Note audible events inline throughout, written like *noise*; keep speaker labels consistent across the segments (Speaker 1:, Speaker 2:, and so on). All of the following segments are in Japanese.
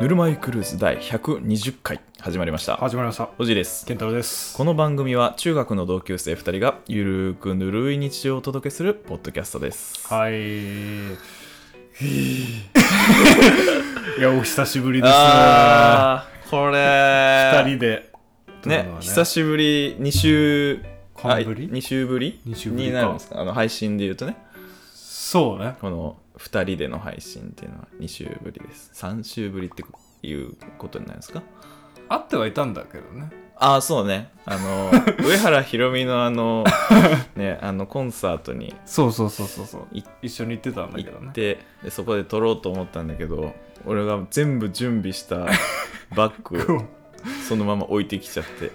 Speaker 1: ぬるま湯クルーズ第120回始まりました
Speaker 2: 始まりました。
Speaker 1: おじいです
Speaker 2: 健太郎です。
Speaker 1: この番組は中学の同級生2人がゆるーくぬるい日常をお届けするポッドキャストです
Speaker 2: はい。
Speaker 1: *laughs*
Speaker 2: いや、お久しぶりですね。
Speaker 1: あーこ
Speaker 2: 二
Speaker 1: れ
Speaker 2: 人で。
Speaker 1: ね久
Speaker 2: し
Speaker 1: しぶり2週
Speaker 2: ぶり
Speaker 1: 2週ぶり
Speaker 2: 二週ぶりか
Speaker 1: になるんですかあの配信で言うとね
Speaker 2: そうね。
Speaker 1: この2人での配信っていうのは2週ぶりです3週ぶりっていうことになるんですか
Speaker 2: 会ってはいたんだけどね。
Speaker 1: ああそうねあの上原ひろみのあ *laughs* のねあのコンサートに
Speaker 2: そうそうそうそうそう。
Speaker 1: い
Speaker 2: 一緒に行ってたんだけど
Speaker 1: 行っ
Speaker 2: ね。
Speaker 1: て、でそこで撮ろうと思ったんだけど俺が全部準備した *laughs* バッグをそのまま置いてきちゃ *laughs* って、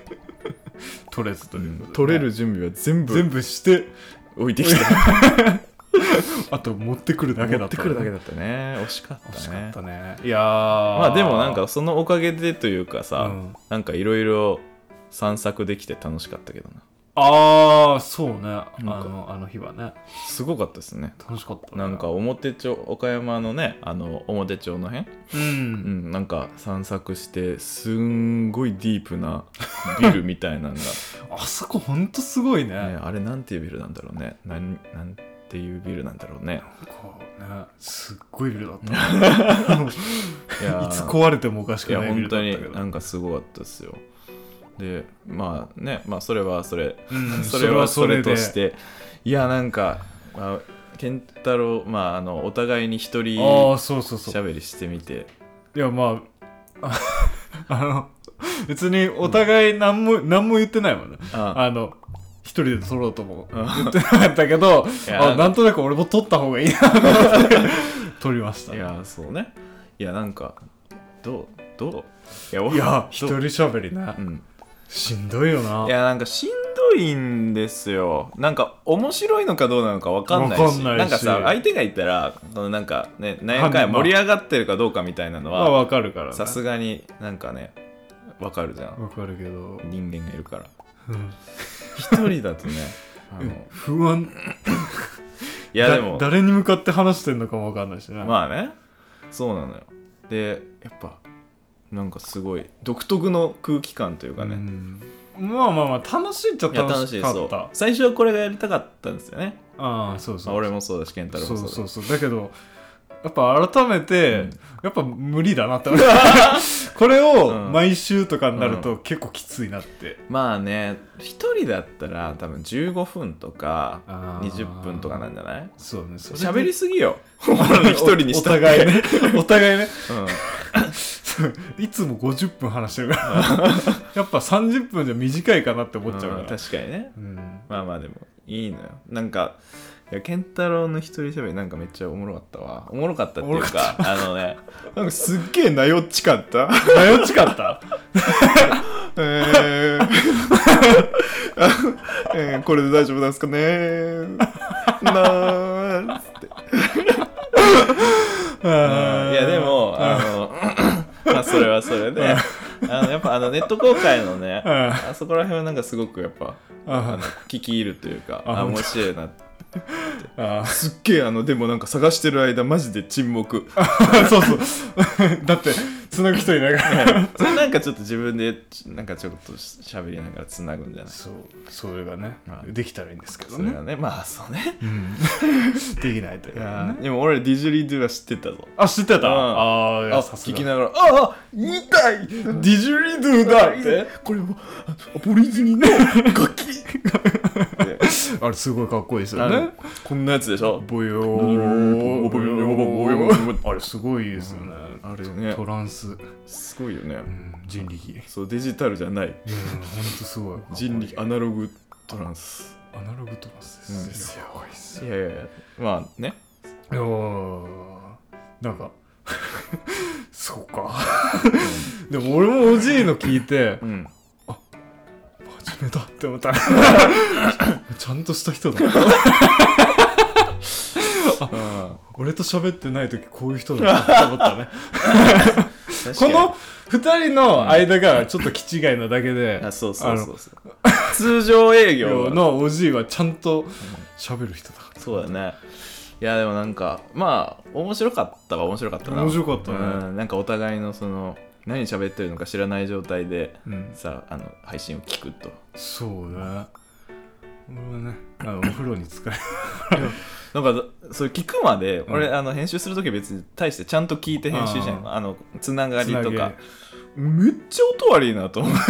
Speaker 2: 取れずということでね、
Speaker 1: 撮れる準備は全部
Speaker 2: 全部して、
Speaker 1: 置いてきた
Speaker 2: あと持ってくるだけ
Speaker 1: 持
Speaker 2: だ
Speaker 1: っ
Speaker 2: ってた、
Speaker 1: くるだけだったね惜しかったね
Speaker 2: 惜しかったね。いやー
Speaker 1: まあでもなんか、そのおかげでというかさ、
Speaker 2: うん
Speaker 1: なんかいろいろ散策できて楽しかったけどな
Speaker 2: ああ、そうね。あ
Speaker 1: か
Speaker 2: の、あの日はね。
Speaker 1: すごかったですね
Speaker 2: 楽しかったね、
Speaker 1: なんか表町岡山のねあの表町の辺
Speaker 2: う。
Speaker 1: うんん、なんか散策してすんごいディープなビルみたいなのが、
Speaker 2: あそこほんとすごいね。
Speaker 1: ね、あれなんていうビルなんだろうねなんなんていうビルなんだろうね
Speaker 2: *laughs* こうね、すっごいビルだったね。
Speaker 1: *laughs* いやー
Speaker 2: いつ壊れてもおかし
Speaker 1: い
Speaker 2: く
Speaker 1: や
Speaker 2: ないビ
Speaker 1: 本
Speaker 2: ルだ
Speaker 1: 当
Speaker 2: ったけ
Speaker 1: に
Speaker 2: ど
Speaker 1: な。んかすごかったですよでまあねまあそれはそれ、
Speaker 2: うん
Speaker 1: それはそれとし
Speaker 2: で
Speaker 1: ていやなんか、まあ、健太郎まああのお互いに一人
Speaker 2: ああ、そうそうそう。
Speaker 1: 喋りしてみて
Speaker 2: いや、まあ、 *laughs* ああの、別にお互い何も、何も言ってないもんね。
Speaker 1: あ
Speaker 2: あの、一人で撮ろうとも
Speaker 1: うん
Speaker 2: 言ってなかったけど、
Speaker 1: いや
Speaker 2: あなんとなく俺も撮った方がいいなと思って、撮りました
Speaker 1: い
Speaker 2: ね。
Speaker 1: やそうねいやなんかどうどういや
Speaker 2: いや、
Speaker 1: ど
Speaker 2: 一
Speaker 1: う
Speaker 2: 人喋りね
Speaker 1: う。ん。
Speaker 2: しんどいよない
Speaker 1: やなんかしんどいんですよなんか面白いのかどうなのか分かんないし
Speaker 2: わかんないし
Speaker 1: んかさ相手がいたらそのなんかね何回盛り上がってるかどうかみたいなの
Speaker 2: まあ、
Speaker 1: は
Speaker 2: わかるからね。
Speaker 1: さすがになんかね分かるじゃん
Speaker 2: わかるけど。
Speaker 1: 人間がいるから
Speaker 2: うん
Speaker 1: 一人だ
Speaker 2: *laughs*
Speaker 1: とねあのい
Speaker 2: 不安
Speaker 1: や
Speaker 2: だ
Speaker 1: でも
Speaker 2: 誰に向かって話してんのかもわかんないしね、
Speaker 1: まあねそうなのよでやっぱなんかすごい独特の空気感というか
Speaker 2: う
Speaker 1: ね、
Speaker 2: んまあまあまあ楽しいっちゃ
Speaker 1: いや楽
Speaker 2: 楽
Speaker 1: し
Speaker 2: し
Speaker 1: い
Speaker 2: か
Speaker 1: そ
Speaker 2: っ
Speaker 1: う
Speaker 2: た
Speaker 1: 最初はこれがやりたかったんですよね、
Speaker 2: ああそうそ
Speaker 1: ま
Speaker 2: う
Speaker 1: あ、俺もそうだし健太郎
Speaker 2: そ
Speaker 1: も
Speaker 2: う
Speaker 1: そうだし
Speaker 2: そうそうだけどやっぱ改めて、
Speaker 1: うん
Speaker 2: やっぱ無理だな
Speaker 1: *laughs*
Speaker 2: って思ったこれを
Speaker 1: うん
Speaker 2: 毎週とかになると結構きついなって、
Speaker 1: まあね一人だったら多分15分とか
Speaker 2: あー
Speaker 1: 20分とかなんじゃない
Speaker 2: そうねそれで
Speaker 1: 喋りすぎ *laughs* よ一人にした
Speaker 2: お
Speaker 1: っ
Speaker 2: お
Speaker 1: て
Speaker 2: 互いね *laughs* お互いね
Speaker 1: うん
Speaker 2: そういつも50分話してるから *laughs* やっぱ30分じゃ短いかなって思っちゃう
Speaker 1: うん
Speaker 2: から、
Speaker 1: 確かにね
Speaker 2: うん
Speaker 1: まあまあでもいいのよなんかいや健太郎の一人喋りなんかめっちゃおもろかったわおもろかったっていう
Speaker 2: おも
Speaker 1: か
Speaker 2: ろか
Speaker 1: あのねなんかすっげえなよっちかった *laughs*
Speaker 2: 迷っちかった
Speaker 1: えーえーこれで大丈夫なんですかねなーっつって
Speaker 2: い
Speaker 1: いやでもあの *laughs* まあそれはそれであのやっぱあのネット公開のね
Speaker 2: うん
Speaker 1: あそこら辺はなんかすごくやっぱあの聞き入るというか
Speaker 2: あ
Speaker 1: あ
Speaker 2: 本当
Speaker 1: 面白いな
Speaker 2: あ
Speaker 1: すっげえあのでもなんか探してる間マジで沈黙
Speaker 2: あそうそうだってつなぐ人いないから
Speaker 1: それなんかちょっと自分でちなんかちょっと喋りながらつなぐんじゃない
Speaker 2: そうそれがね、
Speaker 1: はい
Speaker 2: できたらいいんですけど
Speaker 1: それ
Speaker 2: ね
Speaker 1: はねまあそうね
Speaker 2: うんできないという
Speaker 1: い
Speaker 2: ね
Speaker 1: やーでも俺ディジュリドゥは知ってたぞ
Speaker 2: あ知ってた、
Speaker 1: うん
Speaker 2: ああい
Speaker 1: あ
Speaker 2: やさす
Speaker 1: 聞
Speaker 2: が
Speaker 1: きながら「ああ痛いディジュリドゥだ!」ってこれはあアボリジニの楽器で
Speaker 2: あれすごいかっこいいですよ
Speaker 1: あの
Speaker 2: ね
Speaker 1: こんなやつでしょ
Speaker 2: ボヨ
Speaker 1: ー
Speaker 2: ー
Speaker 1: ボヨーボヨー
Speaker 2: あれすごいですよね、
Speaker 1: あれね
Speaker 2: トランス、
Speaker 1: すごいよね、
Speaker 2: うん、人力
Speaker 1: そうデジタルじゃない
Speaker 2: いやほんとすごいかっこいい
Speaker 1: 人力アナログトランス
Speaker 2: アナログトランス
Speaker 1: うん
Speaker 2: ですよ、いっす
Speaker 1: いやいやいやまあね
Speaker 2: いやーなんか *laughs* そうかでも俺もおじいの聞いて
Speaker 1: うん
Speaker 2: 真面目だって思っ
Speaker 1: *laughs*
Speaker 2: たちゃんとした人だ
Speaker 1: あ
Speaker 2: 俺と喋ってない時こういう人だなって思ったね
Speaker 1: ー
Speaker 2: こ
Speaker 1: 確か
Speaker 2: の2人の間がちょっと気違いなだけで
Speaker 1: にあそうそうそうそう通常営業 *laughs*
Speaker 2: のおじいはちゃんと喋る人だ
Speaker 1: そうだねいいやでもなんかまあ面白かったは面白かったな
Speaker 2: 面白かったね
Speaker 1: うん、なんかお互いのその何喋ってるのか知らない状態で
Speaker 2: うん
Speaker 1: さあの配信を聞くと
Speaker 2: そうね俺はねあのお風呂に使え
Speaker 1: なんかそれ聞くまで、
Speaker 2: ん
Speaker 1: 俺あの編集する時別に対してちゃんと聞いて編集しない
Speaker 2: あ
Speaker 1: のあのつなが
Speaker 2: た
Speaker 1: り
Speaker 2: り
Speaker 1: とかめっちゃ音悪いなと思って、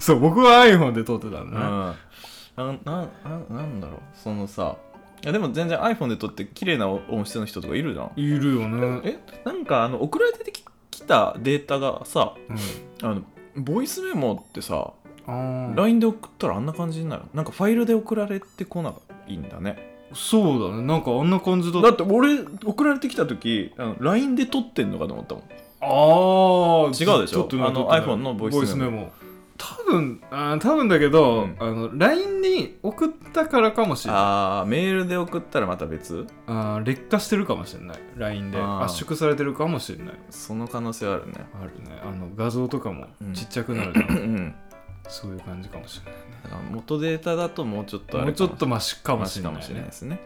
Speaker 2: そう僕は iPhone で撮ってた
Speaker 1: う
Speaker 2: ん
Speaker 1: ん、
Speaker 2: だね
Speaker 1: ななななんだろうそのさいやでも全然 iPhone で撮って綺麗な音質の人とかいるじゃん
Speaker 2: いるよね
Speaker 1: えなんかあの送られてきたデータがさ
Speaker 2: うん
Speaker 1: あのボイスメモってさ
Speaker 2: ああ
Speaker 1: LINE で送ったらあんな感じになるなんかファイルで送られてこないんだね
Speaker 2: そうだねなんかあんな感じだ
Speaker 1: だ
Speaker 2: った
Speaker 1: って俺送られてきた時あの LINE で撮ってんのかと思ったもん
Speaker 2: ああ
Speaker 1: 違うでしょあの iPhone のボイスメモ
Speaker 2: モ多分あー多分だけど、
Speaker 1: うん
Speaker 2: あの LINE に送ったからかもしれない
Speaker 1: あーメールで送ったらまた別
Speaker 2: あー劣化してるかもしれない LINE で
Speaker 1: あー
Speaker 2: 圧縮されてるかもしれない
Speaker 1: その可能性はあるね
Speaker 2: あるねあの画像とかも
Speaker 1: うん
Speaker 2: ちっちゃくなるじゃん、
Speaker 1: *laughs* うん
Speaker 2: そういう感じかもしれない
Speaker 1: だから元データだともうちょっとあ
Speaker 2: も
Speaker 1: れ
Speaker 2: うちょっとマシか
Speaker 1: か
Speaker 2: も
Speaker 1: も
Speaker 2: し
Speaker 1: し
Speaker 2: れ
Speaker 1: れ
Speaker 2: ない,、
Speaker 1: ないですね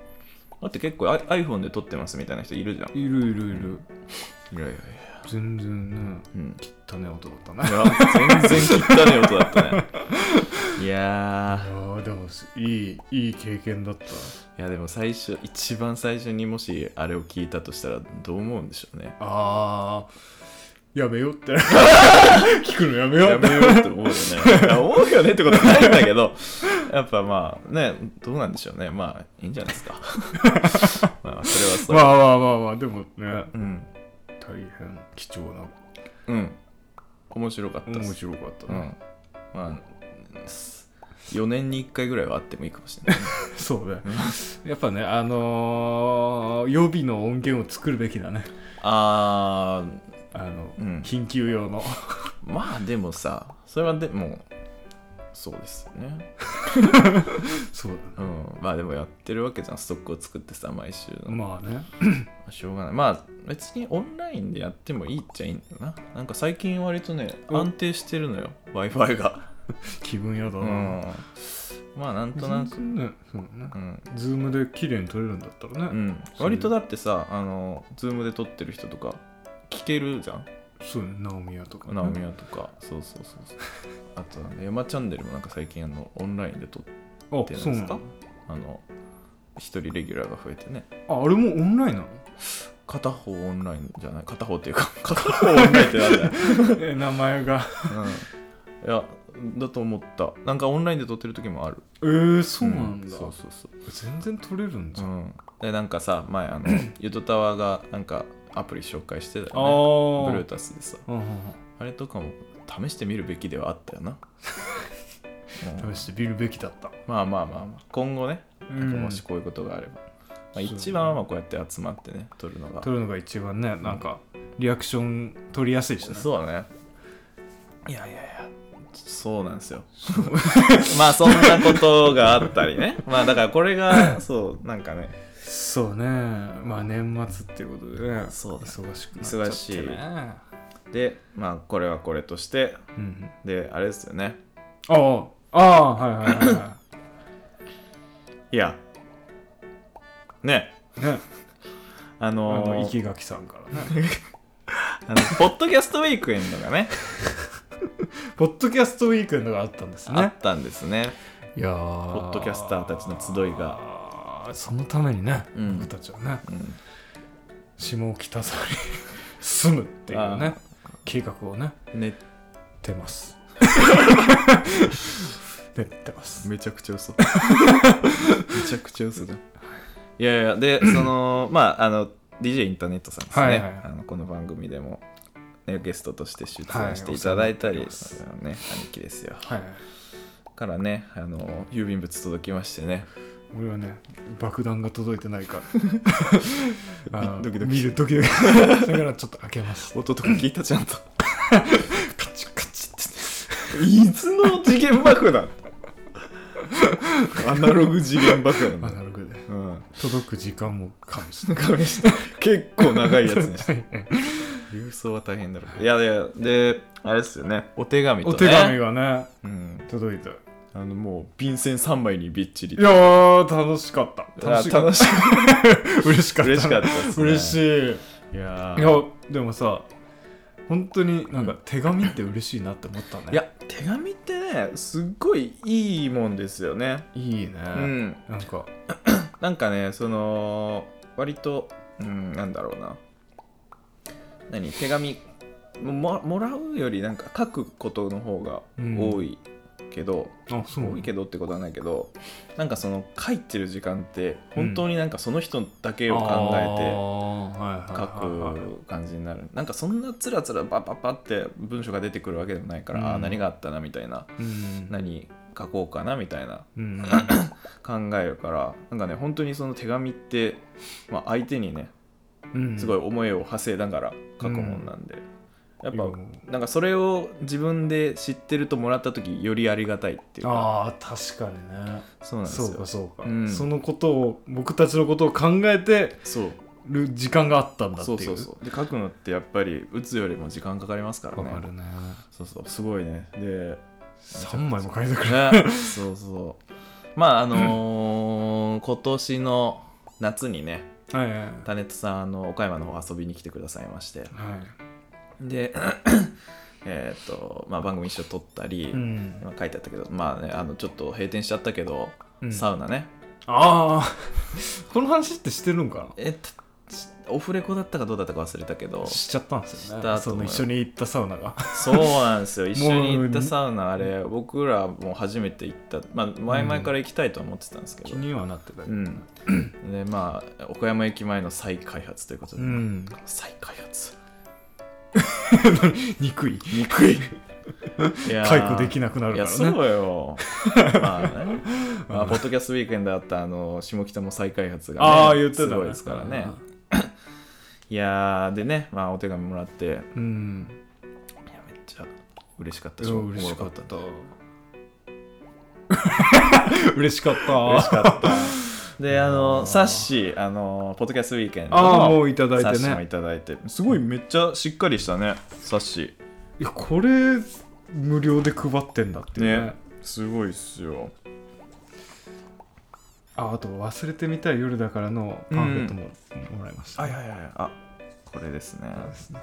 Speaker 1: だって結構 I- iPhone で撮ってますみたいな人いるじゃん
Speaker 2: いるいるいる
Speaker 1: いやいやいや
Speaker 2: 全然ね
Speaker 1: うん
Speaker 2: 汚ね音だった
Speaker 1: い
Speaker 2: ね
Speaker 1: や全然汚い音だったね *laughs* いや
Speaker 2: あーでもすいいいい経験だった
Speaker 1: ーいやでも最初一番最初にもしあれを聞いたとしたらどう思うんでしょうね
Speaker 2: あーやめようって *laughs* 聞くのやめよう
Speaker 1: や
Speaker 2: って
Speaker 1: めようって思うよねいや思うよねってことはないんだけ *laughs* どやっぱまあねどうなんでしょうねまあいいんじゃないです *laughs* かまあそれはそう、
Speaker 2: まあまあまあまあでもね
Speaker 1: うん
Speaker 2: 大変貴重な
Speaker 1: うん面白かったで
Speaker 2: 面
Speaker 1: す
Speaker 2: 白かった
Speaker 1: う
Speaker 2: ね、
Speaker 1: んまあす4年に1回ぐらいはあってもいいかもしれ *laughs* ない
Speaker 2: *laughs* そうねやっぱねあのー、予備の音源を作るべきだね
Speaker 1: あー
Speaker 2: あの、
Speaker 1: うん
Speaker 2: 緊急用の
Speaker 1: まあでもさそれはでもそうですよね
Speaker 2: *laughs* そうだね
Speaker 1: うんまあでもやってるわけじゃんストックを作ってさ毎週の、ま
Speaker 2: まあね
Speaker 1: あ、しょうがないまあ別にオンラインでやってもいいっちゃいいんだななんか最近割とね
Speaker 2: お
Speaker 1: 安定してるのよ w i f i が
Speaker 2: 気分やだ
Speaker 1: *laughs* う
Speaker 2: な、
Speaker 1: んまあなんとなく
Speaker 2: ねそうね
Speaker 1: うん、
Speaker 2: ズームで綺麗に撮れるんだったらね、
Speaker 1: うん、割とだってさあのズームで撮ってる人とか聞けるじゃん
Speaker 2: そうねナオミヤとかね、
Speaker 1: ナオミヤとかそうそうそうそうあとなんか山チャンネルもなんか最近あのオンラインで撮っってな
Speaker 2: あそ
Speaker 1: ん
Speaker 2: う
Speaker 1: で
Speaker 2: な
Speaker 1: すか
Speaker 2: の
Speaker 1: あの一人レギュラーが増えてね
Speaker 2: ああれもオンラインなの
Speaker 1: 片方オンラインじゃない片方っていう
Speaker 2: *laughs*
Speaker 1: か片方オンラインってなんだよ、
Speaker 2: え名前が
Speaker 1: うん、いやだと思ったなんかオンラインで撮ってる時もある
Speaker 2: *laughs* えー、そうなんだ、
Speaker 1: そうそうそ
Speaker 2: 全然撮れるんじ
Speaker 1: う、
Speaker 2: ゃ、
Speaker 1: うんん、でなんかさ前
Speaker 2: *laughs*
Speaker 1: あのゆとたわがなんかアプリ紹介してた
Speaker 2: あ
Speaker 1: よね
Speaker 2: ー
Speaker 1: ブルータスでさ
Speaker 2: うんうん
Speaker 1: あれとかも試してみるべきではあったよ
Speaker 2: *laughs*
Speaker 1: な、う
Speaker 2: うんん試してみるべきだった、
Speaker 1: まあまあまあ、まあ、今後ねなんかもしこういうことがあれば、まあ、一番はまあこうやって集まってね撮るのが
Speaker 2: 撮るのが一番ねなんかリアクション取りやすいしね
Speaker 1: そうだねいやいやいやそうなんですよ *laughs* まあそんなことがあったりね *laughs* まあだからこれがそうなんかね
Speaker 2: そうねまあ年末っていうことでね
Speaker 1: そうだ
Speaker 2: 忙しくなっちゃって、ね、
Speaker 1: 忙しいでまあこれはこれとして
Speaker 2: うん
Speaker 1: であれですよね
Speaker 2: ああああはいはいはいはい
Speaker 1: やね
Speaker 2: *laughs* いね
Speaker 1: あ
Speaker 2: あ
Speaker 1: の
Speaker 2: の
Speaker 1: ー
Speaker 2: 生垣さんからね
Speaker 1: あのポッドキャストウィークエンドがね
Speaker 2: ポッドキャストウィークエンドがあったんです
Speaker 1: あ
Speaker 2: ね
Speaker 1: ったんですね
Speaker 2: いや
Speaker 1: ポ
Speaker 2: ポ
Speaker 1: ッドキャスターたちの集いが
Speaker 2: そのためにね、
Speaker 1: うん
Speaker 2: 僕たちはね
Speaker 1: うん
Speaker 2: 下北沢に *laughs* 住むっていうね計画をね
Speaker 1: ね
Speaker 2: 出ます *laughs* 出てます
Speaker 1: めちゃくちゃ *laughs* 嘘めちゃくちゃ嘘だいやいや *laughs* でそのまああの DJ インターネットさんですね、
Speaker 2: はいはい
Speaker 1: あのこの番組でも、ね、ゲストとして出演していただいたり、
Speaker 2: はいお世
Speaker 1: そ
Speaker 2: 話
Speaker 1: うだよね兄貴ですよ
Speaker 2: はい
Speaker 1: からねあの郵便物届きましてね
Speaker 2: 俺はね爆弾が届いてないか
Speaker 1: *laughs*
Speaker 2: らあの
Speaker 1: ドキドキ
Speaker 2: 見るドキド *laughs* キだからちょっと開けます
Speaker 1: 音とか聞いたちゃんとカチカチっていつの次元爆 *laughs* 弾アナログ次元爆弾
Speaker 2: ア
Speaker 1: だ、
Speaker 2: ナログで
Speaker 1: うん、
Speaker 2: 届く時間もかもしれない
Speaker 1: 結構長いやつにして
Speaker 2: *laughs* はいはい
Speaker 1: 郵送は大変だろういやいやであれですよねお手紙と
Speaker 2: お
Speaker 1: ね
Speaker 2: 手紙がね
Speaker 1: うん
Speaker 2: 届いた
Speaker 1: ああのもう便箋3枚にびっちり
Speaker 2: いやー楽しかった
Speaker 1: 楽しか
Speaker 2: 楽
Speaker 1: っ
Speaker 2: しかった嬉しか
Speaker 1: た
Speaker 2: っ
Speaker 1: 嬉
Speaker 2: た
Speaker 1: しかったです、ね、
Speaker 2: 嬉し
Speaker 1: い
Speaker 2: い
Speaker 1: いや
Speaker 2: い
Speaker 1: ー
Speaker 2: やでもさ本当になんか手紙って嬉しいなって思ったね
Speaker 1: いや手紙ってねすっごいいいもんですよね
Speaker 2: いいね、
Speaker 1: うん
Speaker 2: なんか
Speaker 1: なんかねその割と、うん、なんだろうな何手紙ももらうよりなんか書くことの方が多いけど、
Speaker 2: あそう
Speaker 1: 多いけどってことはないけどなんかその書いてる時間って本当になんかその人だけを考えて。
Speaker 2: え
Speaker 1: 書く感じになるなんかそんなつらつらパッパッパって文章が出てくるわけでもないから、
Speaker 2: うん
Speaker 1: あー何があったなみたいな
Speaker 2: うん
Speaker 1: 何書こうかなみたいな
Speaker 2: うん
Speaker 1: *coughs* 考えるからなんかね本当にその手紙って、まあ、相手にね
Speaker 2: うん
Speaker 1: すごい思いを馳せながら書くもんなんで、
Speaker 2: いや
Speaker 1: やっ
Speaker 2: も
Speaker 1: ぱなんかそれを自分で知ってるともらった時よりありがたいっていうか
Speaker 2: あー確かにね
Speaker 1: そうなんです
Speaker 2: そうか
Speaker 1: よ
Speaker 2: そうか、
Speaker 1: うん
Speaker 2: そのことを僕たちのことを考えて
Speaker 1: そう
Speaker 2: る時間があったんだって
Speaker 1: そ
Speaker 2: いう
Speaker 1: うそうそうで書くのってやっぱり打つよりも時間かかりますから
Speaker 2: わか
Speaker 1: ね
Speaker 2: るね
Speaker 1: そうそうすごいね
Speaker 2: *laughs*
Speaker 1: で
Speaker 2: 3枚も書いてくれ
Speaker 1: ね、そうそうまああのー今年の夏にね
Speaker 2: はいはいはい
Speaker 1: 種津さんあの岡山の方遊びに来てくださいましてで *clears throat* えーっと、まあ、番組一緒撮ったり、
Speaker 2: うん
Speaker 1: 今書いてあったけどまあねあのちょっと閉店しちゃったけど、
Speaker 2: うん
Speaker 1: サウナね
Speaker 2: ああこの話ってしてるんか
Speaker 1: えっとしオフレコだったかどうだったか忘れたけど
Speaker 2: なしちゃったんですよ
Speaker 1: し
Speaker 2: ね
Speaker 1: たと思う
Speaker 2: その一緒に行ったサウナが
Speaker 1: そうなんですよ一緒に行ったサウナあれ僕らも初めて行った、まあ、前々から行きたいとは思ってたんですけど、
Speaker 2: *laughs* 気にはなってたけ
Speaker 1: う
Speaker 2: ど
Speaker 1: ん、でまあ岡山駅前の再開発ということで、
Speaker 2: うん
Speaker 1: 再開発
Speaker 2: 憎い
Speaker 1: 憎いいやー
Speaker 2: 解雇できなくなる
Speaker 1: いや
Speaker 2: からね
Speaker 1: そう
Speaker 2: *laughs*
Speaker 1: よまあね、まあ、ポッドキャストウィークエンドあったあの下北も再開発が、ね、
Speaker 2: ああ言ってたね
Speaker 1: すごいですからねいやーでね、まあ、お手紙もらっていや
Speaker 2: うん
Speaker 1: めっちゃ嬉しかったし
Speaker 2: 嬉しか
Speaker 1: おも
Speaker 2: っ
Speaker 1: ろ
Speaker 2: た *laughs* 嬉しかった
Speaker 1: 嬉しかった *laughs* であのサッシーあのポッドキャストウィークエンド
Speaker 2: ああ
Speaker 1: の
Speaker 2: もういただ
Speaker 1: サッ
Speaker 2: いて
Speaker 1: シーも
Speaker 2: ね
Speaker 1: いただいてすごいめっちゃしっかりしたねサッシー
Speaker 2: いやこれ無料で配ってんだっていうね
Speaker 1: ねすごいっすよ
Speaker 2: ああと忘れてみたい夜だからのパンフレットももらいました、
Speaker 1: いはいはいあこれですね
Speaker 2: そうですね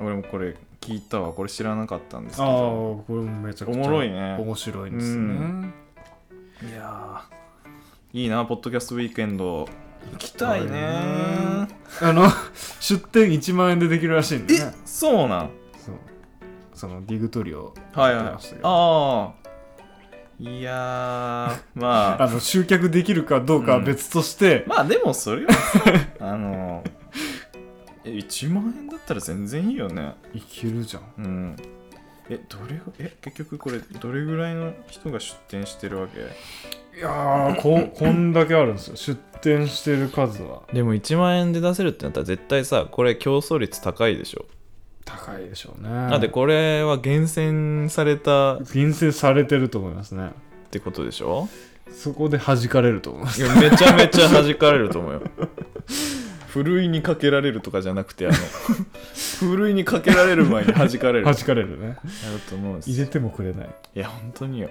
Speaker 1: 俺もこれ聞いたわこれ知らなかったんですけ
Speaker 2: ああ
Speaker 1: ど
Speaker 2: これもめちゃくちゃ
Speaker 1: おもろいね
Speaker 2: 面白いんですよ
Speaker 1: う
Speaker 2: ね
Speaker 1: いやーいいなポッドキャストウィークエンド行きたいね
Speaker 2: 行あの *laughs* 出店1万円でできるらしいんで
Speaker 1: え
Speaker 2: ね
Speaker 1: そうなん
Speaker 2: そうそのディグトリオ
Speaker 1: はいはい
Speaker 2: やって
Speaker 1: あ
Speaker 2: ましたけど
Speaker 1: あーいやーま
Speaker 2: あ
Speaker 1: あ
Speaker 2: の集客できるかどうかは別として、
Speaker 1: *laughs* まあでもそれはあのえ1万円だったら全然いいよね
Speaker 2: いけるじゃん
Speaker 1: うんえどれがえ結局これどれぐらいの人が出店してるわけ
Speaker 2: いやーこ *coughs* こんだけあるんですよ出店してる数は
Speaker 1: でも1万円で出せるってなったら絶対さこれ競争率高いでしょ、
Speaker 2: 高いでしょうね
Speaker 1: だってこれは厳選されたっ
Speaker 2: 厳選されてると思いますね
Speaker 1: てことでしょ
Speaker 2: そこで弾かれると思います
Speaker 1: いやめちゃめちゃ弾かれると思うよ *laughs* ふるいにかけられるとかじゃなくてあの *laughs* ふるいにかけられる前に弾かれる
Speaker 2: 弾かれるね
Speaker 1: やると思うんです
Speaker 2: 入
Speaker 1: い
Speaker 2: れてもくれない
Speaker 1: や本当によ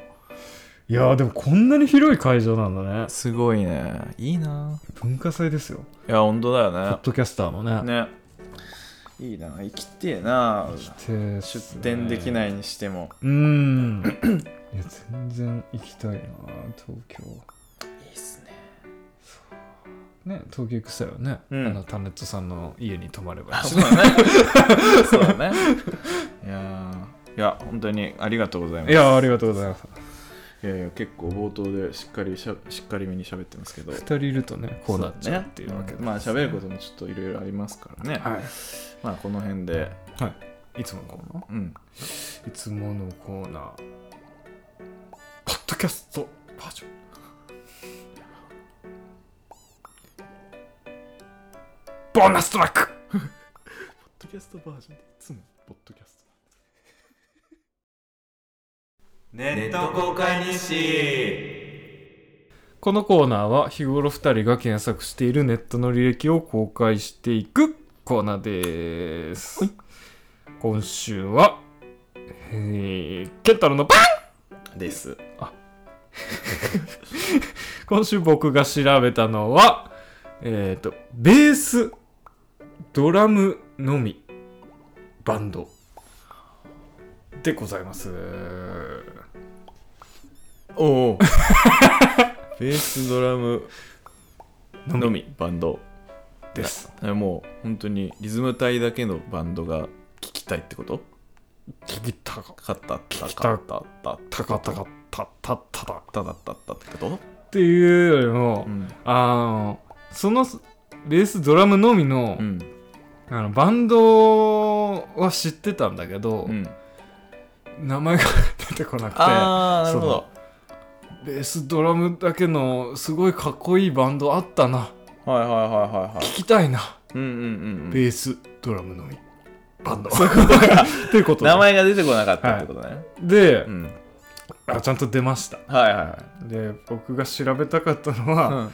Speaker 2: いやーでもこんなに広い会場なんだね
Speaker 1: すごいねいいな
Speaker 2: 文化祭ですよ
Speaker 1: いや本当だ
Speaker 2: ポ
Speaker 1: よ
Speaker 2: ッドキャスターのね *laughs*
Speaker 1: ねねいいな生きてえな出
Speaker 2: 出
Speaker 1: 店でき
Speaker 2: い
Speaker 1: ないにしても
Speaker 2: うーんいや全然行きたいな東京
Speaker 1: いいっすね
Speaker 2: ね東京行く際はね、
Speaker 1: うん
Speaker 2: あのタネットさんの家に泊まればいいし
Speaker 1: そうだね。
Speaker 2: *laughs*
Speaker 1: そうだね。いやーいや、本当にありがとうございます。
Speaker 2: いやーありがとうございます
Speaker 1: いやいや、結構冒頭でしっかりしゃしっかりめに喋ってますけど。
Speaker 2: 2人いるとね *laughs* こうなっちゃうっていうわけ
Speaker 1: そだね
Speaker 2: で
Speaker 1: まあ、喋ることもちょっといろいろありますからね。
Speaker 2: は
Speaker 1: まあ、この辺で、
Speaker 2: い、はい、いつものコーナー
Speaker 1: うん。
Speaker 2: いつものコーナーポッドキャストバージョンボーナストラック
Speaker 1: ポッドキャストバージョンでいつもポッドキャスト。ネット公開日誌
Speaker 2: このコーナーは日頃2人が検索しているネットの履歴を公開していくコーナーです、
Speaker 1: はい
Speaker 2: 今週はえー、ケンタロウのパン
Speaker 1: です。
Speaker 2: 今週僕が調べたのは、えっ、と、ベース、ドラムのみ、バンド。でございます。
Speaker 1: お *laughs* おベースドラム
Speaker 2: のみ
Speaker 1: のみバンド
Speaker 2: です。
Speaker 1: えもう本当にリズム体だけのバンドが聴きたいってこと
Speaker 2: 聞きたか、
Speaker 1: かったった
Speaker 2: きた
Speaker 1: かったった
Speaker 2: たかたか、た、た、たた。った
Speaker 1: だったったってこと
Speaker 2: ていうよりも、
Speaker 1: うん
Speaker 2: あの、その、ベース、ドラムのみの、
Speaker 1: うん
Speaker 2: あのバンドは知ってたんだけど、
Speaker 1: うん
Speaker 2: 名前が出てこなくて
Speaker 1: ああなるほど
Speaker 2: ベースドラムだけのすごいかっこいいバンドあったな
Speaker 1: はいはいはいはいはい
Speaker 2: 聞きたいな、
Speaker 1: うんうんうんう
Speaker 2: ベ
Speaker 1: ん
Speaker 2: ースドラムのみバンドそういうことかっていうことで
Speaker 1: 名前が出てこなかったってことね、
Speaker 2: で、
Speaker 1: うん
Speaker 2: あちゃんと出ました
Speaker 1: はいはいはい
Speaker 2: で僕が調べたかったのは、
Speaker 1: うん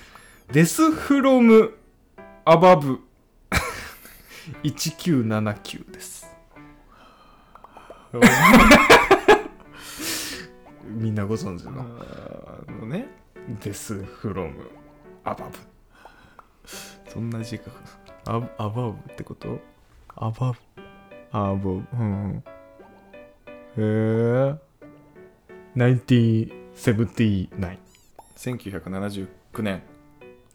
Speaker 2: デスフロムアバブ *laughs* 1979ですみんなご存知の
Speaker 1: *laughs* あのね
Speaker 2: デスフロムアバブ
Speaker 1: そんな字かアアバウってことアバウアバブうんうんへえ
Speaker 2: 1979
Speaker 1: 1979年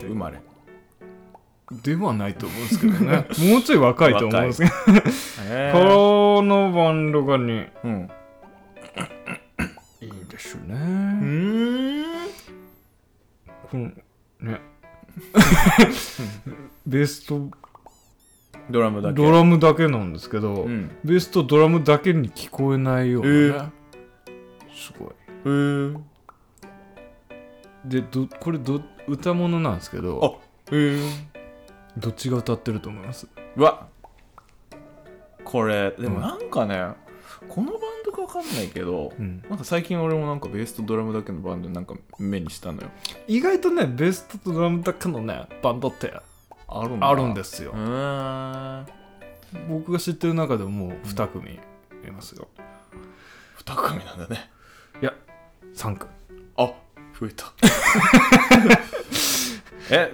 Speaker 1: 生まれ
Speaker 2: ではないと思うんですけど *laughs* ねもうちょい若いと思うんですけど
Speaker 1: へ
Speaker 2: このバンドがね
Speaker 1: うん
Speaker 2: いいです
Speaker 1: う
Speaker 2: ね
Speaker 1: ーん
Speaker 2: このね *laughs* ベースと
Speaker 1: ドラムだけ
Speaker 2: ドラムだけなんですけど、
Speaker 1: うん
Speaker 2: ベースとドラムだけに聞こえないようなね、すごい
Speaker 1: へー
Speaker 2: でどこれど歌物なんですけ
Speaker 1: あ
Speaker 2: ど
Speaker 1: へえ
Speaker 2: どっちが歌ってると思います
Speaker 1: うわこれで
Speaker 2: う
Speaker 1: も
Speaker 2: ん
Speaker 1: なんかね、このバンドかわかんないけど、
Speaker 2: うん
Speaker 1: なんか最近俺もなんかベースとドラムだけのバンドなんか目にしたのよ
Speaker 2: 意外とねベースとドラムだけのねバンドって
Speaker 1: あるんだ
Speaker 2: あるんですすよ
Speaker 1: う、ーん
Speaker 2: 僕が知ってる中でもう2組いますよ、
Speaker 1: 2組なんだね
Speaker 2: いや3組
Speaker 1: あ増えた *laughs* え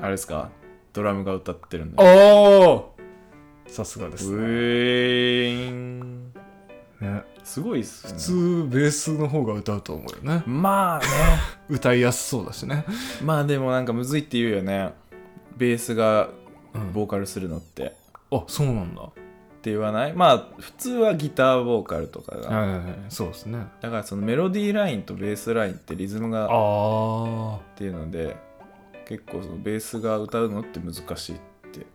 Speaker 1: あれですかドラムが歌ってるんだよ
Speaker 2: おさすがで
Speaker 1: ウ
Speaker 2: す、ね
Speaker 1: ィーン
Speaker 2: ね
Speaker 1: すごいっすね
Speaker 2: 普通ベースの方が歌うと思うよね
Speaker 1: まあね *laughs*
Speaker 2: 歌いやすそうだしね、
Speaker 1: まあでもなんかむずいって言うよねベースが
Speaker 2: うん
Speaker 1: ボーカルするのって、っ
Speaker 2: あそうなんだ
Speaker 1: て言わないまあ普通はギターボーカルとかが、
Speaker 2: はいはいはいそうですね
Speaker 1: だからそのメロディーラインとベースラインってリズム
Speaker 2: あ
Speaker 1: がっ
Speaker 2: あ
Speaker 1: ていうので結構そのベースが歌うのって難しいって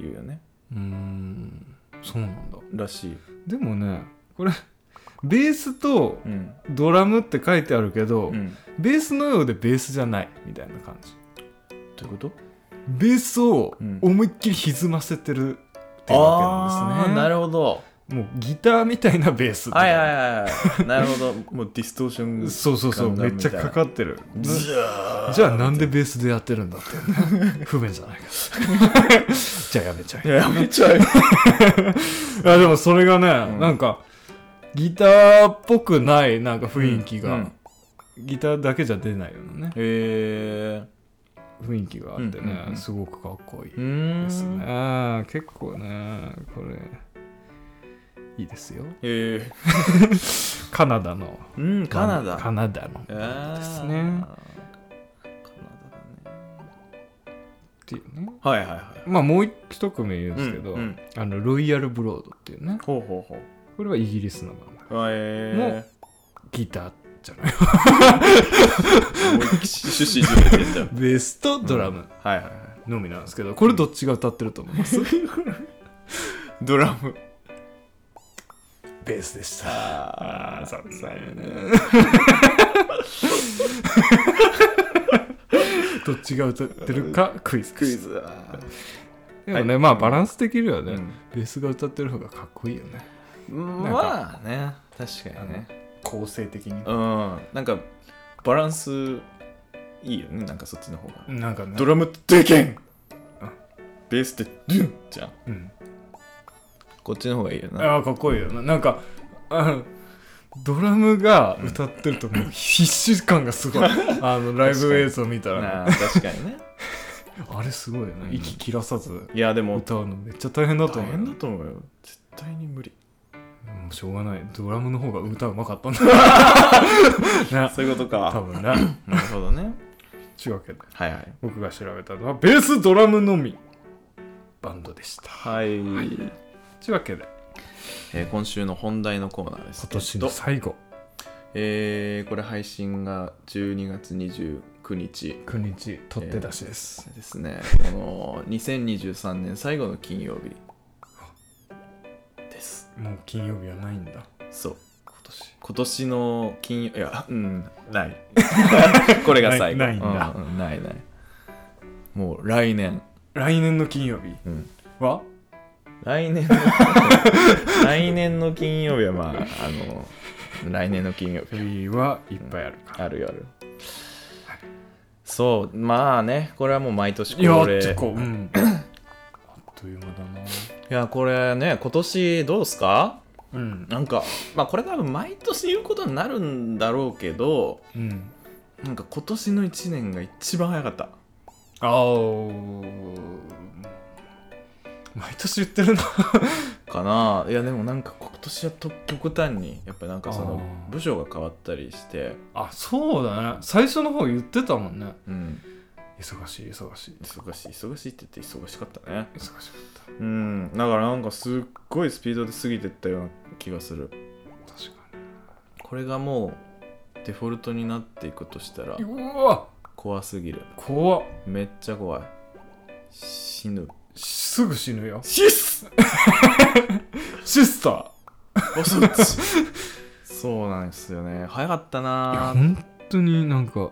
Speaker 1: 言うよね
Speaker 2: うーんそうなんだ
Speaker 1: らしい
Speaker 2: でもねこれベースと
Speaker 1: うん
Speaker 2: ドラムって書いてあるけど、
Speaker 1: うん
Speaker 2: ベースのようでベースじゃないみたいな感じ
Speaker 1: どういうこと
Speaker 2: ベースを
Speaker 1: うん
Speaker 2: 思いっきり歪ませてるっていうわけなんです
Speaker 1: あー
Speaker 2: ね、
Speaker 1: なるほど
Speaker 2: もうギターみたいなベースって
Speaker 1: はいはいはいはいなるほど *laughs* もうディストーション
Speaker 2: そうそうそう
Speaker 1: ガンガ
Speaker 2: め
Speaker 1: ン
Speaker 2: っちゃ
Speaker 1: みたい
Speaker 2: か
Speaker 1: な
Speaker 2: かってる
Speaker 1: じゃ
Speaker 2: じゃあなんでベースでやってるんだっていう
Speaker 1: *laughs*
Speaker 2: ね不便じゃないか *laughs* じゃあやめちゃえ
Speaker 1: いややめちゃう
Speaker 2: いやでもそれがね、
Speaker 1: うん
Speaker 2: なんかギターっぽくないなんか雰囲気が、
Speaker 1: うん
Speaker 2: ギターだけじゃ出ないようなね
Speaker 1: へえ
Speaker 2: 雰囲気があっ
Speaker 1: う
Speaker 2: てね、
Speaker 1: んうんうん
Speaker 2: すごくかっこいいうで
Speaker 1: ー
Speaker 2: すね
Speaker 1: ん
Speaker 2: あー結構ねこれいいですよ
Speaker 1: へえ
Speaker 2: カナダの
Speaker 1: うんカナダ
Speaker 2: カナダの
Speaker 1: えー
Speaker 2: ですね
Speaker 1: カナダだね
Speaker 2: っていうね
Speaker 1: はいはいはい
Speaker 2: まあもう一組言うんですけど、
Speaker 1: うんうん
Speaker 2: あのロイヤルブロードっていうね
Speaker 1: ほうほうほう
Speaker 2: これはイギリスのバンド
Speaker 1: え
Speaker 2: ギターじゃない
Speaker 1: ー、思いっきし趣旨いじめてんじゃん
Speaker 2: ベースとドラム
Speaker 1: はいはいはい
Speaker 2: のみなんですけどこれどっちが歌ってると思います
Speaker 1: ドラム
Speaker 2: ベースでした
Speaker 1: あ
Speaker 2: ー
Speaker 1: 残念
Speaker 2: *laughs*
Speaker 1: ね
Speaker 2: どっちが歌ってるかクイズ
Speaker 1: クイ
Speaker 2: ズ
Speaker 1: ズだ
Speaker 2: でもね、まあバランスできるよね、
Speaker 1: うん
Speaker 2: ベースが歌ってる方がかっこいいよね
Speaker 1: まあね確かにね
Speaker 2: 構成的に
Speaker 1: うんなんかバランスいいよねなんかそっちの方が
Speaker 2: なんかね
Speaker 1: ドラムってでけんベースってドゥンじゃん
Speaker 2: うん、
Speaker 1: こっちの方がいいよな
Speaker 2: ああかっこいいよななんかあの *laughs* ドラムが歌ってるともう必死感がす *laughs* ごいあのライブ映像見たら
Speaker 1: なあ確か *laughs* にね
Speaker 2: あれすごいよね
Speaker 1: うん
Speaker 2: 息切らさず
Speaker 1: いやでも
Speaker 2: 歌うのめっちゃ大変だと
Speaker 1: 大
Speaker 2: 思う
Speaker 1: 変だ
Speaker 2: よ
Speaker 1: と思うよ絶対に無理
Speaker 2: もうしょうがないドラムの方が歌うまかった *laughs* んだな
Speaker 1: そういうこと
Speaker 2: 多
Speaker 1: か
Speaker 2: 分
Speaker 1: な
Speaker 2: な
Speaker 1: るほど *laughs* ね
Speaker 2: 違うけど
Speaker 1: はいはい
Speaker 2: 僕が調べたのはベースドラムのみバンドでした
Speaker 1: はい、
Speaker 2: というわけで
Speaker 1: えー今週の本題のコーナーです
Speaker 2: 今年の
Speaker 1: えっと
Speaker 2: 最後
Speaker 1: えーこれ配信が12月29日
Speaker 2: 9日取って出しです、
Speaker 1: ですねこの2023年最後の金曜日です
Speaker 2: もう金曜日はないんだ
Speaker 1: そう
Speaker 2: 今年
Speaker 1: 今年の金曜いやうんない *laughs* これが最後
Speaker 2: ないないんだ
Speaker 1: うんうんないないもう来年、
Speaker 2: 来年の金曜日
Speaker 1: うん、
Speaker 2: は
Speaker 1: 来年の *laughs* 来年の金曜日はまああの来年の金曜日
Speaker 2: 日はいっぱいあるか、
Speaker 1: あるよあるそうまあねこれはもう毎年
Speaker 2: いや
Speaker 1: 恒例
Speaker 2: 結構うんあっという間だない
Speaker 1: やこれね今年どうすか
Speaker 2: うん
Speaker 1: なんかまあこれ多分毎年言うことになるんだろうけど
Speaker 2: うん
Speaker 1: なんか今年の1年が一番早かった
Speaker 2: あー毎年言ってるな
Speaker 1: かないやでもなんか今年はと極端にやっぱなんかその
Speaker 2: あー
Speaker 1: 部署が変わったりして
Speaker 2: あそうだね最初の方言ってたもんね
Speaker 1: うん
Speaker 2: 忙しい忙しい
Speaker 1: 忙しい忙しいって言って忙しかったね
Speaker 2: 忙しかった
Speaker 1: うんだからなんかすっごいスピードで過ぎてったような気がする
Speaker 2: 確か
Speaker 1: これがもうデフォルトになっていくとしたら
Speaker 2: にうわ
Speaker 1: 怖すぎる
Speaker 2: 怖っ
Speaker 1: めっちゃ怖い死ぬ
Speaker 2: すぐ死ぬよ
Speaker 1: シス
Speaker 2: シスター
Speaker 1: そうなんですよね早かった
Speaker 2: いや
Speaker 1: な
Speaker 2: 本当になんか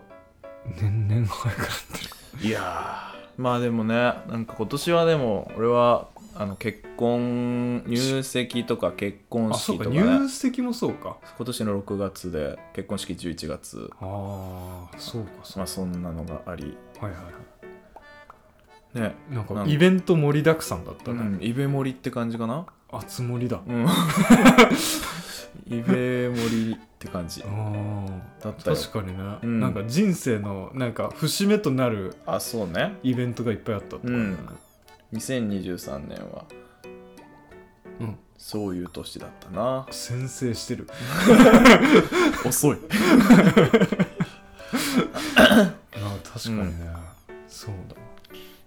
Speaker 2: 年々早くなってる
Speaker 1: いやーまあでもねなんか今年はでも俺はあの結婚入籍とか結婚
Speaker 2: あそう
Speaker 1: 式と
Speaker 2: か
Speaker 1: か、
Speaker 2: 入
Speaker 1: ね、
Speaker 2: 籍もそうか
Speaker 1: 今年の6月で結婚式11月
Speaker 2: ああそうかそ
Speaker 1: まあそんなのがあり
Speaker 2: うはいはいは
Speaker 1: ね
Speaker 2: いなん
Speaker 1: な
Speaker 2: か
Speaker 1: んか
Speaker 2: イベント盛りだくさんだった
Speaker 1: う
Speaker 2: ね、
Speaker 1: んイベ盛りって感じかな
Speaker 2: あつ森だ
Speaker 1: うんイベ盛りって感じ
Speaker 2: ああ
Speaker 1: だったよ
Speaker 2: 確かにね、
Speaker 1: うん
Speaker 2: なんか人生のなんか節目となる
Speaker 1: あそうね
Speaker 2: イベントがいっぱいあったってことだね
Speaker 1: 2023年は
Speaker 2: うん、
Speaker 1: そういう年だったな
Speaker 2: 先制してる
Speaker 1: *laughs* 遅い
Speaker 2: あー確かにね、そうだ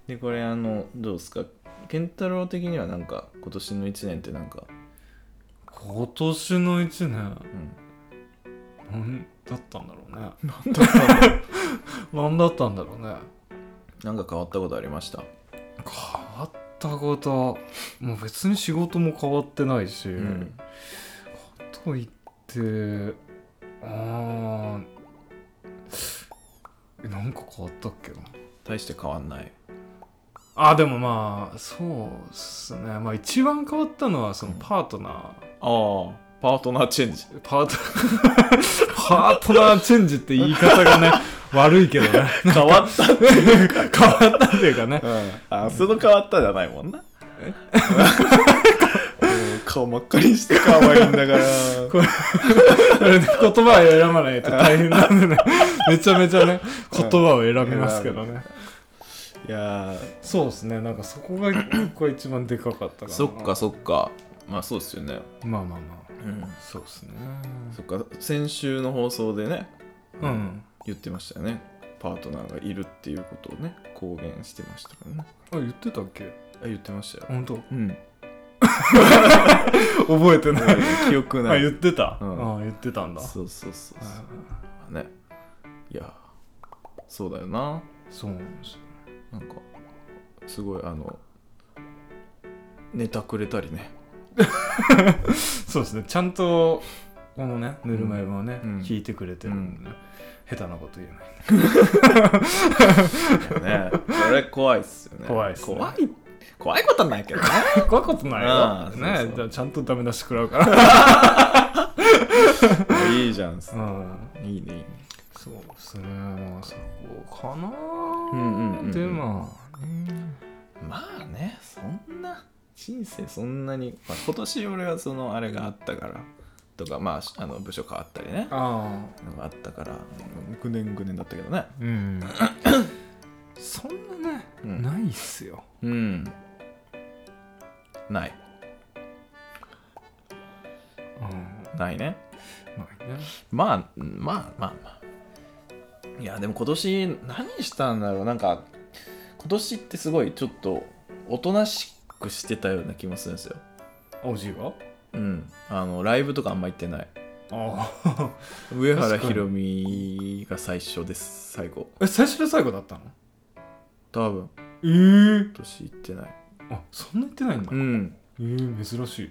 Speaker 1: でこれあのどうですか健太郎的にはなんか今年の1年ってなんか、
Speaker 2: 今年の1年
Speaker 1: うん、
Speaker 2: 何だったんだろうね
Speaker 1: なんだろう
Speaker 2: *laughs* 何だったんだろうね
Speaker 1: なんか変わったことありました
Speaker 2: 変わったこともう別に仕事も変わってないし、
Speaker 1: うん
Speaker 2: といってあーなんか変わったっけな
Speaker 1: 大して変わんない
Speaker 2: あでもまあそうっすねまあ一番変わったのはそのパートナ
Speaker 1: ああパートナーチェンジ
Speaker 2: ー、パート *laughs* パートナーチェンジって言い方
Speaker 1: *laughs*
Speaker 2: がね悪いけどね
Speaker 1: 変わ *laughs* った、
Speaker 2: 変わったっていうかね
Speaker 1: あその変わったじゃないもんなうん顔真っ赤にして可愛いんだ *laughs* から
Speaker 2: これね言葉を選ばないと大変なんでねめちゃめちゃね言葉を選びますけどね
Speaker 1: いや
Speaker 2: そうですねなんかそこが僕は一番でかかったかな
Speaker 1: そっかそっかまあそうですよね
Speaker 2: まあまあま
Speaker 1: うん
Speaker 2: あそうですね
Speaker 1: そっか先週の放送でね
Speaker 2: うん
Speaker 1: 言ってましたよねパートナーがいるっていうことをね公言してましたからね
Speaker 2: あ言ってたっけ
Speaker 1: あ言ってましたよ
Speaker 2: 本当
Speaker 1: うん
Speaker 2: 覚えてない
Speaker 1: *laughs* 記憶
Speaker 2: *laughs* あ
Speaker 1: ない
Speaker 2: 言ってた、
Speaker 1: う
Speaker 2: うんん、言ってたんだ
Speaker 1: そうそうそう
Speaker 2: はい
Speaker 1: そうんねいやそうだよな
Speaker 2: そうなんですよ
Speaker 1: なんかすごいあのネタくれたり
Speaker 2: *laughs*
Speaker 1: ね
Speaker 2: そうですねちゃんとこのねぬるま湯もね、
Speaker 1: うん
Speaker 2: 聞いてくれてるんでね、下手なこと言えない
Speaker 1: ねそれ怖いっすよね
Speaker 2: 怖いっすね
Speaker 1: 怖い怖いことはないけどね
Speaker 2: *laughs* 怖い *laughs* ことない
Speaker 1: ああ
Speaker 2: よ、ね
Speaker 1: そうそう
Speaker 2: じゃあちゃんとダメ出し食ら
Speaker 1: *laughs*
Speaker 2: うから、
Speaker 1: いいじゃん
Speaker 2: うん、
Speaker 1: いいねいいね
Speaker 2: そうですねまあそこかな
Speaker 1: うんうんうんうん
Speaker 2: でまあね
Speaker 1: まあねそんな人生そんなに、まあ今年俺はそのあれがあったからとか、まあ、あの部署変わったりね
Speaker 2: あ
Speaker 1: *clears throat*
Speaker 2: あ
Speaker 1: のがあったからぐねんぐねんだったけどね
Speaker 2: うんそんなね、
Speaker 1: うん
Speaker 2: ないっすよ
Speaker 1: うんない
Speaker 2: うん
Speaker 1: ないね
Speaker 2: まあね
Speaker 1: まあまあまあまあいやでも今年何したんだろうなんか今年ってすごいちょっとおとなしくしてたような気もするんですよ
Speaker 2: おじいは
Speaker 1: うんあのライブとかあんま行ってない
Speaker 2: ああ
Speaker 1: 上原
Speaker 2: 確かに
Speaker 1: ひろみが最初です最後
Speaker 2: え最初で最後だったの
Speaker 1: 多分今
Speaker 2: ええ
Speaker 1: 年行ってない
Speaker 2: あそんな言ってないんだ、
Speaker 1: うん
Speaker 2: ええ珍しい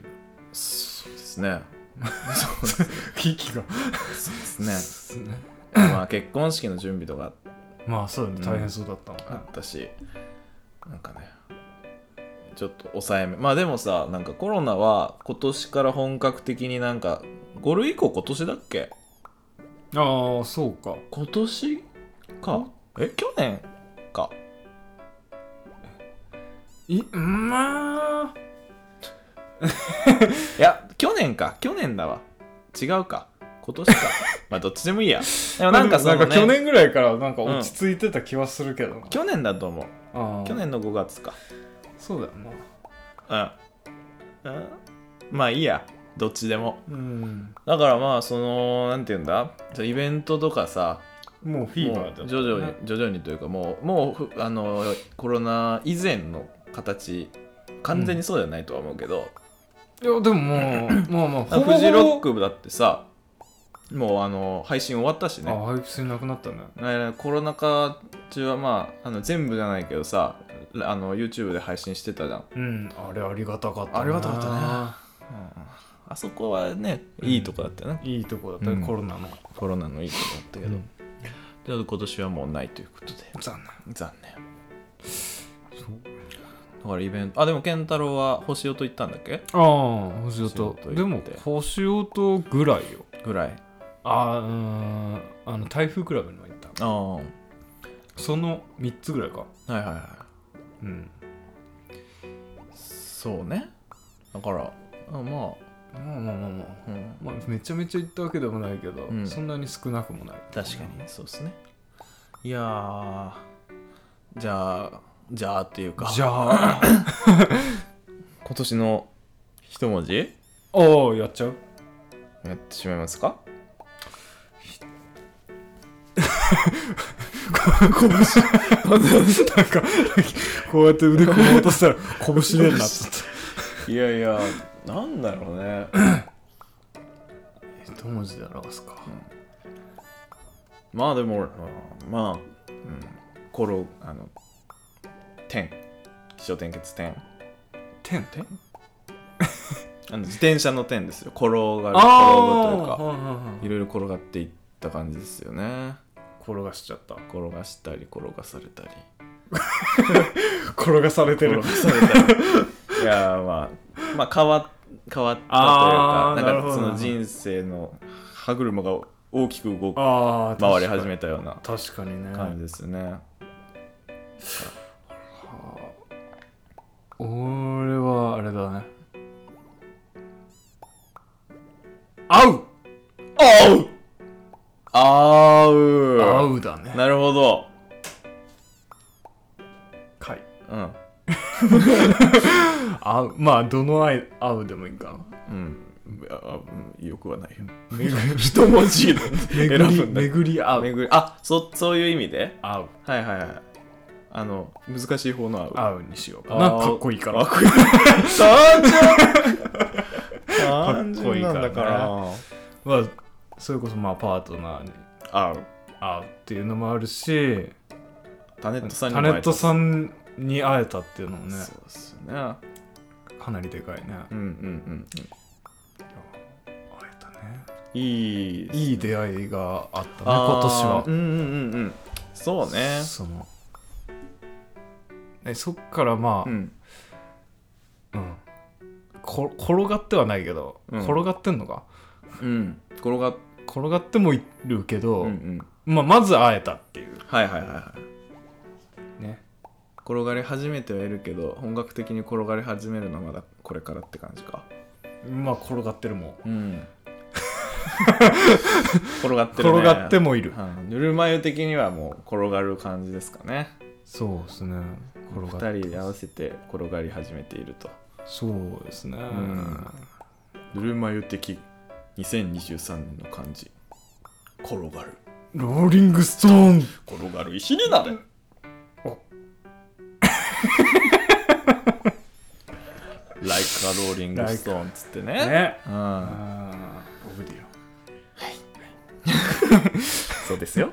Speaker 1: そうですね
Speaker 2: *laughs* キキが
Speaker 1: そうですね
Speaker 2: すね
Speaker 1: まあ結婚式の準備とか
Speaker 2: まあそうだね
Speaker 1: うん
Speaker 2: 大変そうだったもんね、
Speaker 1: あったし、なんかねちょっと抑えめまあでもさなんかコロナは今年から本格的になんか5類以降今年だっけ
Speaker 2: ああそうか
Speaker 1: 今年かえ去年か
Speaker 2: いまあ
Speaker 1: いや去年か去年だわ違うか今
Speaker 2: *laughs*
Speaker 1: 年かまあどっちでもいいやでもなんかその、ね、
Speaker 2: なんか去年ぐらいからなんか
Speaker 1: うん
Speaker 2: 落ち着いてた気はするけどな、
Speaker 1: 去年だと思う
Speaker 2: ああ
Speaker 1: 去年の5月か
Speaker 2: そうだよな
Speaker 1: うん、うん、まあいいやどっちでも
Speaker 2: うん
Speaker 1: だからまあそのなんて言うんだじゃあイベントとかさ
Speaker 2: もうフィーバーだった
Speaker 1: も
Speaker 2: ね
Speaker 1: う徐々に徐々にというかもうもうふあのコロナ以前の形完全にそうじゃないとは思うけど、
Speaker 2: いやでももうまあまあ
Speaker 1: あフジロッ
Speaker 2: ク
Speaker 1: クだってさもうあの配信終わったし
Speaker 2: あ
Speaker 1: ね
Speaker 2: 配信なくなったね
Speaker 1: ねコロナ禍中はまああの全部じゃないけどさあの YouTube で配信してたじゃん
Speaker 2: うんあれありがたかったな
Speaker 1: ありがたかったね、あそこはねいいとこだったよね、
Speaker 2: いいとこだったね、
Speaker 1: うん
Speaker 2: コロナの
Speaker 1: コロナのいいとこだったけど、で今年はもうないということで
Speaker 2: 残
Speaker 1: 残念
Speaker 2: 念そう
Speaker 1: だからイベントあでも健太郎は星代と行ったんだっけ
Speaker 2: ああ星
Speaker 1: 音
Speaker 2: 音
Speaker 1: 行って
Speaker 2: でも星音ぐらいよ
Speaker 1: ぐらい
Speaker 2: ああうーんあの台風クラブにも行った
Speaker 1: ああはい
Speaker 2: その3つぐらいか
Speaker 1: はいはい
Speaker 2: うん
Speaker 1: そうねだからあま
Speaker 2: まあまあまあまあ
Speaker 1: あ、うん、
Speaker 2: まあ、めちゃめちゃ行ったわけでもないけど、
Speaker 1: うん
Speaker 2: そんなに少なくもない
Speaker 1: 確かにそうですねいやーじゃあじゃあっていうか
Speaker 2: じゃあ *coughs*
Speaker 1: 今年の一文字
Speaker 2: おおやっち
Speaker 1: *laughs*
Speaker 2: ゃう
Speaker 1: やってしまいますか
Speaker 2: なんかこうやって腕組もうとしたら拳でんなっちゃ
Speaker 1: *laughs*
Speaker 2: っ
Speaker 1: いやいやなんだろうね
Speaker 2: た一文字で表すか
Speaker 1: *coughs* まあでもうんまあ、うん、コロあの点気象点結点
Speaker 2: 点
Speaker 1: 点あの自転車の点ですよ転がる転ぶとい
Speaker 2: あ
Speaker 1: う
Speaker 2: あ
Speaker 1: か
Speaker 2: はいはいはい
Speaker 1: いろいろ転がっていった感じですよね
Speaker 2: 転がしちゃった
Speaker 1: 転がしたり転がされたり
Speaker 2: *laughs* 転がされて
Speaker 1: 転
Speaker 2: る
Speaker 1: がされたり *laughs* いやーまあまあ変わ変わったというか
Speaker 2: あー
Speaker 1: な
Speaker 2: なる
Speaker 1: ん
Speaker 2: ほ
Speaker 1: か
Speaker 2: ど
Speaker 1: その人生の歯車が大きく動く
Speaker 2: ああ
Speaker 1: 回り始めたような
Speaker 2: 確かにね
Speaker 1: 感じですね
Speaker 2: 俺はあれだね合う
Speaker 1: あうあう
Speaker 2: 合うだね
Speaker 1: なるほど
Speaker 2: かい
Speaker 1: うん
Speaker 2: 合うまあどの合い合うでもいいか
Speaker 1: うんあうんよくはないよ
Speaker 2: な巡り
Speaker 1: 一文字で選
Speaker 2: 巡
Speaker 1: ぶ
Speaker 2: り
Speaker 1: んだ
Speaker 2: 巡り合う
Speaker 1: 巡りあそそういう意味で
Speaker 2: 合う
Speaker 1: はいはいはいあの難しい方の合う
Speaker 2: 合うにしようかな
Speaker 1: あー
Speaker 2: かっこいいか
Speaker 1: からっこいい単純
Speaker 2: かっこい
Speaker 1: 単純
Speaker 2: いからね
Speaker 1: なんだから
Speaker 2: まあそれこそまあパートナーに
Speaker 1: あ
Speaker 2: 合うっていうのもあるし
Speaker 1: タネットさんに
Speaker 2: タネットさ
Speaker 1: ん
Speaker 2: んに会えたっていうのもね
Speaker 1: そうっすねうん
Speaker 2: かなりでかいね
Speaker 1: うんうん
Speaker 2: 会えたね
Speaker 1: うんいいですね
Speaker 2: いい出会いがあったね今
Speaker 1: あ
Speaker 2: 年は
Speaker 1: ーうんうんうんうんそうね
Speaker 2: そのえそっからまあ、
Speaker 1: うん
Speaker 2: うんこ転がってはないけど、
Speaker 1: うん
Speaker 2: 転がってんのか
Speaker 1: うん転がっ
Speaker 2: 転がってもいるけど、
Speaker 1: うんうん
Speaker 2: まあ、まず会えたっていう
Speaker 1: はいはいはいはい
Speaker 2: ね
Speaker 1: 転がり始めてはいるけど本格的に転がり始めるのはまだこれからって感じか
Speaker 2: まあ転がってるもん
Speaker 1: うん転がってる、ね、
Speaker 2: 転がってもいる。
Speaker 1: うんぬるま湯的にはもう転がる感じですかね
Speaker 2: そうですね。
Speaker 1: 二
Speaker 2: 転がっ
Speaker 1: 人で合わせて転がり始めていると
Speaker 2: そうですね。
Speaker 1: んぬるま湯的2023年の感じ転がる
Speaker 2: ローリングストーン
Speaker 1: 転がる石になれ
Speaker 2: お
Speaker 1: ライカローリングストーンっつってね
Speaker 2: ね。
Speaker 1: うん、
Speaker 2: ああ、オブディ
Speaker 1: そうですよ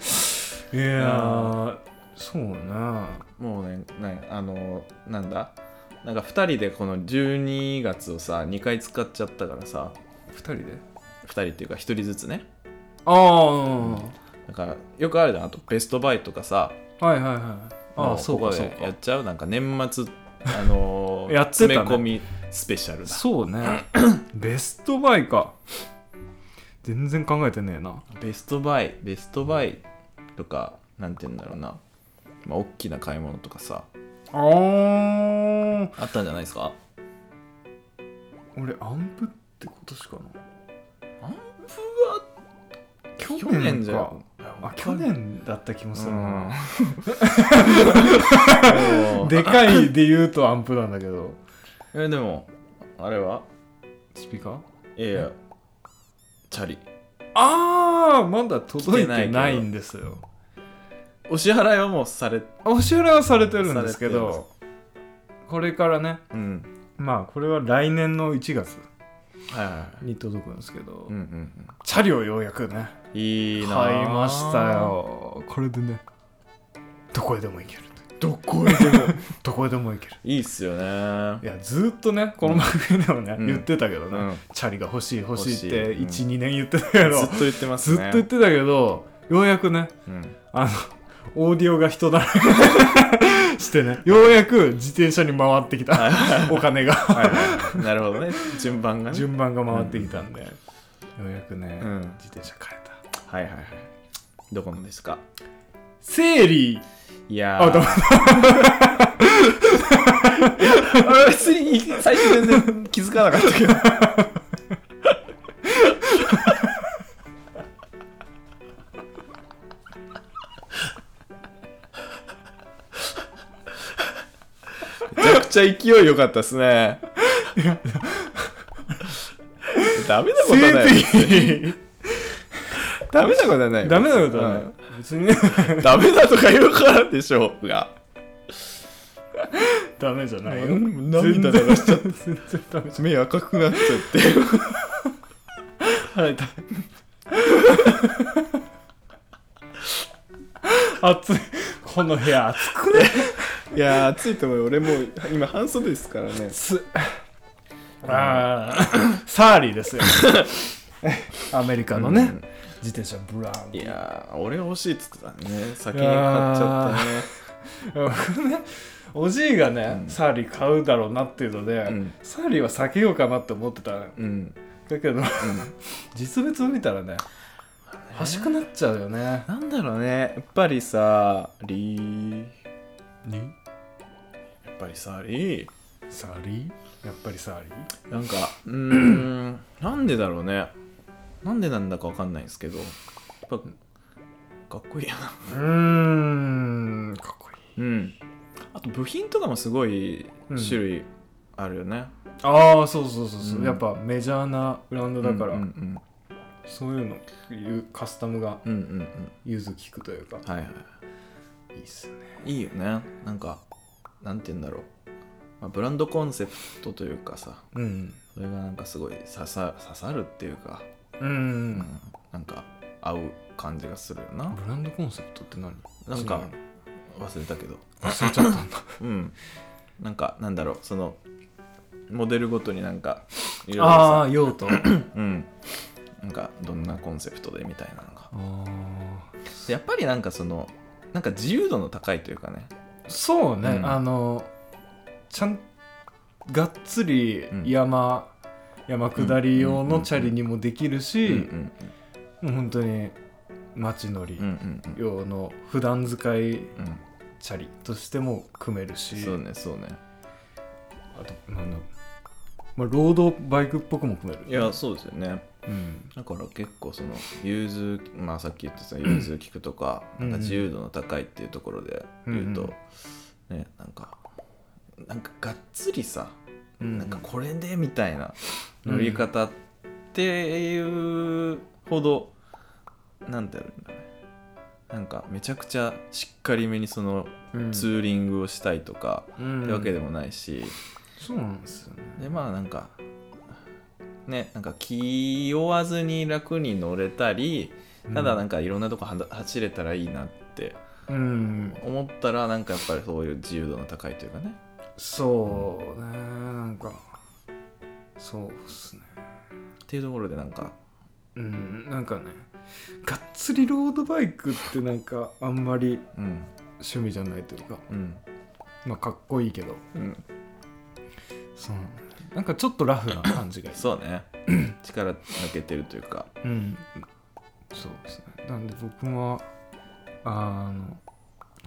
Speaker 2: オ。いやー、そうな。
Speaker 1: もうねねあのなんだなんか2人でこの12月をさ2回使っちゃったからさ
Speaker 2: 二人で
Speaker 1: 2人っていうか1人ずつね
Speaker 2: ああ、はい
Speaker 1: だからよくあるじゃんあとベストバイとかさ
Speaker 2: はいはい。あ
Speaker 1: も
Speaker 2: あ、
Speaker 1: こ
Speaker 2: そう
Speaker 1: こ
Speaker 2: か
Speaker 1: で
Speaker 2: そうか
Speaker 1: やっ。ちゃうなんか年末あのー
Speaker 2: *laughs* やってたね
Speaker 1: 詰め込みスペシャルだ
Speaker 2: そうね。ベストバイか。全然考えてねえな。
Speaker 1: ベストバイベストバイとかなんて言うんだろうなまあ大きな買い物とかさ
Speaker 2: ああ、
Speaker 1: あったんじゃないですか
Speaker 2: 俺、アンプって今年かな。
Speaker 1: 去
Speaker 2: 年か
Speaker 1: 年じゃ
Speaker 2: あ、去年だった気もするな。
Speaker 1: うん
Speaker 2: *laughs* でかいで言うとアンプなんだけど。
Speaker 1: えでもあれは
Speaker 2: スピーカー
Speaker 1: いやいやチャリ
Speaker 2: ああ、まだ届
Speaker 1: 来て
Speaker 2: い
Speaker 1: ない
Speaker 2: て
Speaker 1: けど
Speaker 2: ないんですよ。
Speaker 1: お支払いはもうされ
Speaker 2: お支払いはされてるんですけ
Speaker 1: され
Speaker 2: どこれからね
Speaker 1: うん
Speaker 2: まあこれは来年の1月
Speaker 1: はいはいはい
Speaker 2: に届くんですけど、
Speaker 1: うんうん
Speaker 2: チャリをようやくね
Speaker 1: うんいいな
Speaker 2: 買いましたよこれでねどこへでも行ける
Speaker 1: どこへでも
Speaker 2: *laughs* どこへでも行ける
Speaker 1: いいっすよね
Speaker 2: いやずーっとねこの番組でもね、
Speaker 1: うん
Speaker 2: 言ってたけどね、
Speaker 1: うん
Speaker 2: チャリが欲しい欲しいっ
Speaker 1: 欲
Speaker 2: て
Speaker 1: しいうん
Speaker 2: 12、年言ってたけど
Speaker 1: ずっと言ってます
Speaker 2: ずっ
Speaker 1: ね
Speaker 2: と言ってたけどようやくね
Speaker 1: うん
Speaker 2: あのオーディオが人だらけしてねようやく自転車に回ってきたお金が
Speaker 1: はいはいはいなるほどね順番がね
Speaker 2: 順番が回ってきたんで、ようやくね、
Speaker 1: うん
Speaker 2: 自転車変えた
Speaker 1: はいはいはいどこのですか
Speaker 2: セーリー
Speaker 1: いやー
Speaker 2: あどうも
Speaker 1: あ別に最初全然気づかなかったけどめちゃくちゃ勢い良かったですねダメなこと
Speaker 2: セ
Speaker 1: はない
Speaker 2: ーリー
Speaker 1: ダメなことはない
Speaker 2: ダメなことは
Speaker 1: うん
Speaker 2: ない別にね
Speaker 1: ダメだとか言うからでしょうが
Speaker 2: *laughs* ダメじゃないよ
Speaker 1: うん涙流しちゃった
Speaker 2: 全然ダメじ
Speaker 1: 目赤くなっちゃって
Speaker 2: *laughs* ゃない暑いこの部屋暑い
Speaker 1: いやー暑いと思うよ俺もう今半袖ですからね
Speaker 2: あー *laughs* サーリーですよアメリカのね、自転車ブラウン
Speaker 1: いやー俺が欲しいっつってたね先に買っちゃ
Speaker 2: うんね *laughs* おじいがね、サーリー買うだろうなっていうので、
Speaker 1: ん
Speaker 2: サーリーは避けようかなって思ってたの
Speaker 1: ったねうん
Speaker 2: だけど、実物を見たらね欲しくなっちゃうよね
Speaker 1: なんだろうねやっぱりさリーやっぱりさリー
Speaker 2: サーリーやっぱりサーリー
Speaker 1: なんかうーんなんでだろうねなんでなんだかわかんないんですけどやっぱかっこいいよな
Speaker 2: うーんかっこいい
Speaker 1: うんあと部品とかもすごい種類あるよね、
Speaker 2: ああそうそうそうそう、
Speaker 1: うん
Speaker 2: やっぱメジャーなブランドだから、
Speaker 1: うんうん
Speaker 2: そういうのいうカスタムが
Speaker 1: うんうんうんうん
Speaker 2: 融通きくというか
Speaker 1: はいはい
Speaker 2: いいっすね
Speaker 1: いいよねなんかなんて言うんだろう、まあ、ブランドコンセプトというかさ
Speaker 2: うん
Speaker 1: それがなんかすごい刺さ刺さるっていうか、
Speaker 2: うん、うん
Speaker 1: うんなんか合う感じがするよな
Speaker 2: ブランドコンセプトって何
Speaker 1: なんか忘れたけど
Speaker 2: 忘れちゃった
Speaker 1: *laughs*
Speaker 2: んだ
Speaker 1: うんなんかなんだろうそのモデルごとになんかいろいろ
Speaker 2: ああ
Speaker 1: さ
Speaker 2: 用途 *coughs* あ
Speaker 1: うんなんかどんなコンセプトでみたいなのが
Speaker 2: ー
Speaker 1: でやっぱりなんかそのなんか自由度の高いというかね
Speaker 2: そうね、
Speaker 1: うん
Speaker 2: あのちゃんがっつり
Speaker 1: うん
Speaker 2: 山、山下り用
Speaker 1: うんうんうんう
Speaker 2: の
Speaker 1: ん
Speaker 2: チャリにもできるし、
Speaker 1: うん
Speaker 2: もう本当に街乗り
Speaker 1: うんうんうんうん
Speaker 2: 用の普段使い
Speaker 1: うん
Speaker 2: チャリとしても組めるし、
Speaker 1: そうねそうね
Speaker 2: あとなんだまあ、ロードバイクっぽくも組める
Speaker 1: いやそうですよね
Speaker 2: うん
Speaker 1: だから結構その融通まあさっき言ってた融通聞くとか
Speaker 2: う
Speaker 1: なんんか自由度の高いっていうところで言うと、
Speaker 2: うん
Speaker 1: ねなんかなんかがっつりさ、
Speaker 2: うん
Speaker 1: なんかこれでみたいな乗り方っていうほど、なんてやるんだろうねなんかめちゃくちゃしっかりめにその
Speaker 2: うん
Speaker 1: ツーリングをしたいとか
Speaker 2: うん
Speaker 1: ってわけでもないし、
Speaker 2: そうなんですよね
Speaker 1: でまあなんかねなんか気負わずに楽に乗れたりただなんかいろんなとこは走れたらいいなって
Speaker 2: うん
Speaker 1: 思ったらなんかやっぱりそういう自由度の高いというかね
Speaker 2: そうねなんかそうっすね
Speaker 1: っていうところでなんか
Speaker 2: うんなんかねがっつりロードバイクってなんかあんまり
Speaker 1: うん
Speaker 2: 趣味じゃないというか
Speaker 1: うん
Speaker 2: まあかっこいいけど
Speaker 1: うん
Speaker 2: そうなんかちょっとラフな感じがいい
Speaker 1: そうね *clears throat* 力抜けてるというか
Speaker 2: うんそうですねなんで僕はあの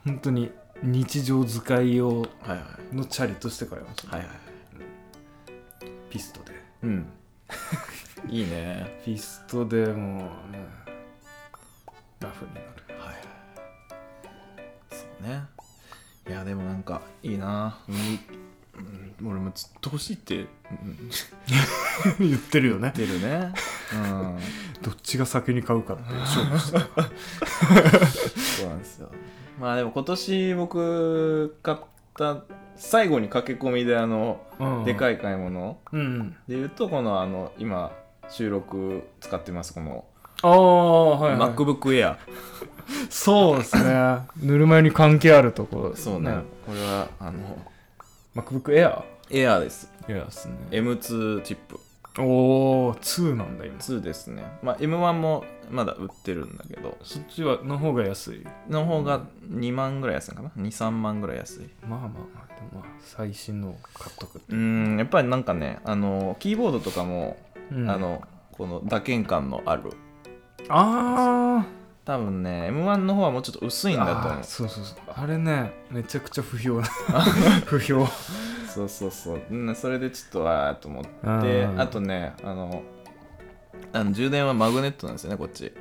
Speaker 2: 本当に日常使い用
Speaker 1: はいはい
Speaker 2: のチャリとして買いました、
Speaker 1: はいはい
Speaker 2: ピストで
Speaker 1: うん *laughs* いいね
Speaker 2: ピストでもうねラフになる
Speaker 1: はいはいそうねいやでもなんかいいなうんうん俺もずっと欲しいって、うん
Speaker 2: *laughs* 言ってるよね
Speaker 1: 出るね。うん。
Speaker 2: どっちが先に買うかっていう勝負してる
Speaker 1: そうなんですよ。まあでも今年僕買った最後に駆け込みであの、でか
Speaker 2: い
Speaker 1: い買い物
Speaker 2: うん
Speaker 1: で言うとこのあの今収録使ってますこの
Speaker 2: ああはい、はい、
Speaker 1: MacBook Air。
Speaker 2: そうですねぬるま湯に関係あるところです
Speaker 1: そうね。これはあの
Speaker 2: MacBook Air
Speaker 1: Air です。
Speaker 2: Air ですね
Speaker 1: M2 チップ。
Speaker 2: おお2なんだ今
Speaker 1: 2ですね。まあ M1 もまだ売ってるんだけど、
Speaker 2: そっちはの方が安い
Speaker 1: の方が2万ぐらい安いのかな ?2、3万ぐらい安い。
Speaker 2: まあまあまあでもまあ最新のを買っとくって
Speaker 1: う、ん、やっぱりなんかね、あの、キーボードとかも
Speaker 2: うん
Speaker 1: あのこの打鍵感のある
Speaker 2: あ
Speaker 1: 多分ね M1 の方はもうちょっと薄いん
Speaker 2: ー
Speaker 1: だと思
Speaker 2: あ
Speaker 1: う
Speaker 2: ーそうそうそうあれねめちゃくちゃ不
Speaker 1: *laughs*
Speaker 2: 評な不評
Speaker 1: そうそうそううんそれでちょっとああと思って
Speaker 2: うん
Speaker 1: あとねあのあの充電はマグネットなんですよねこっち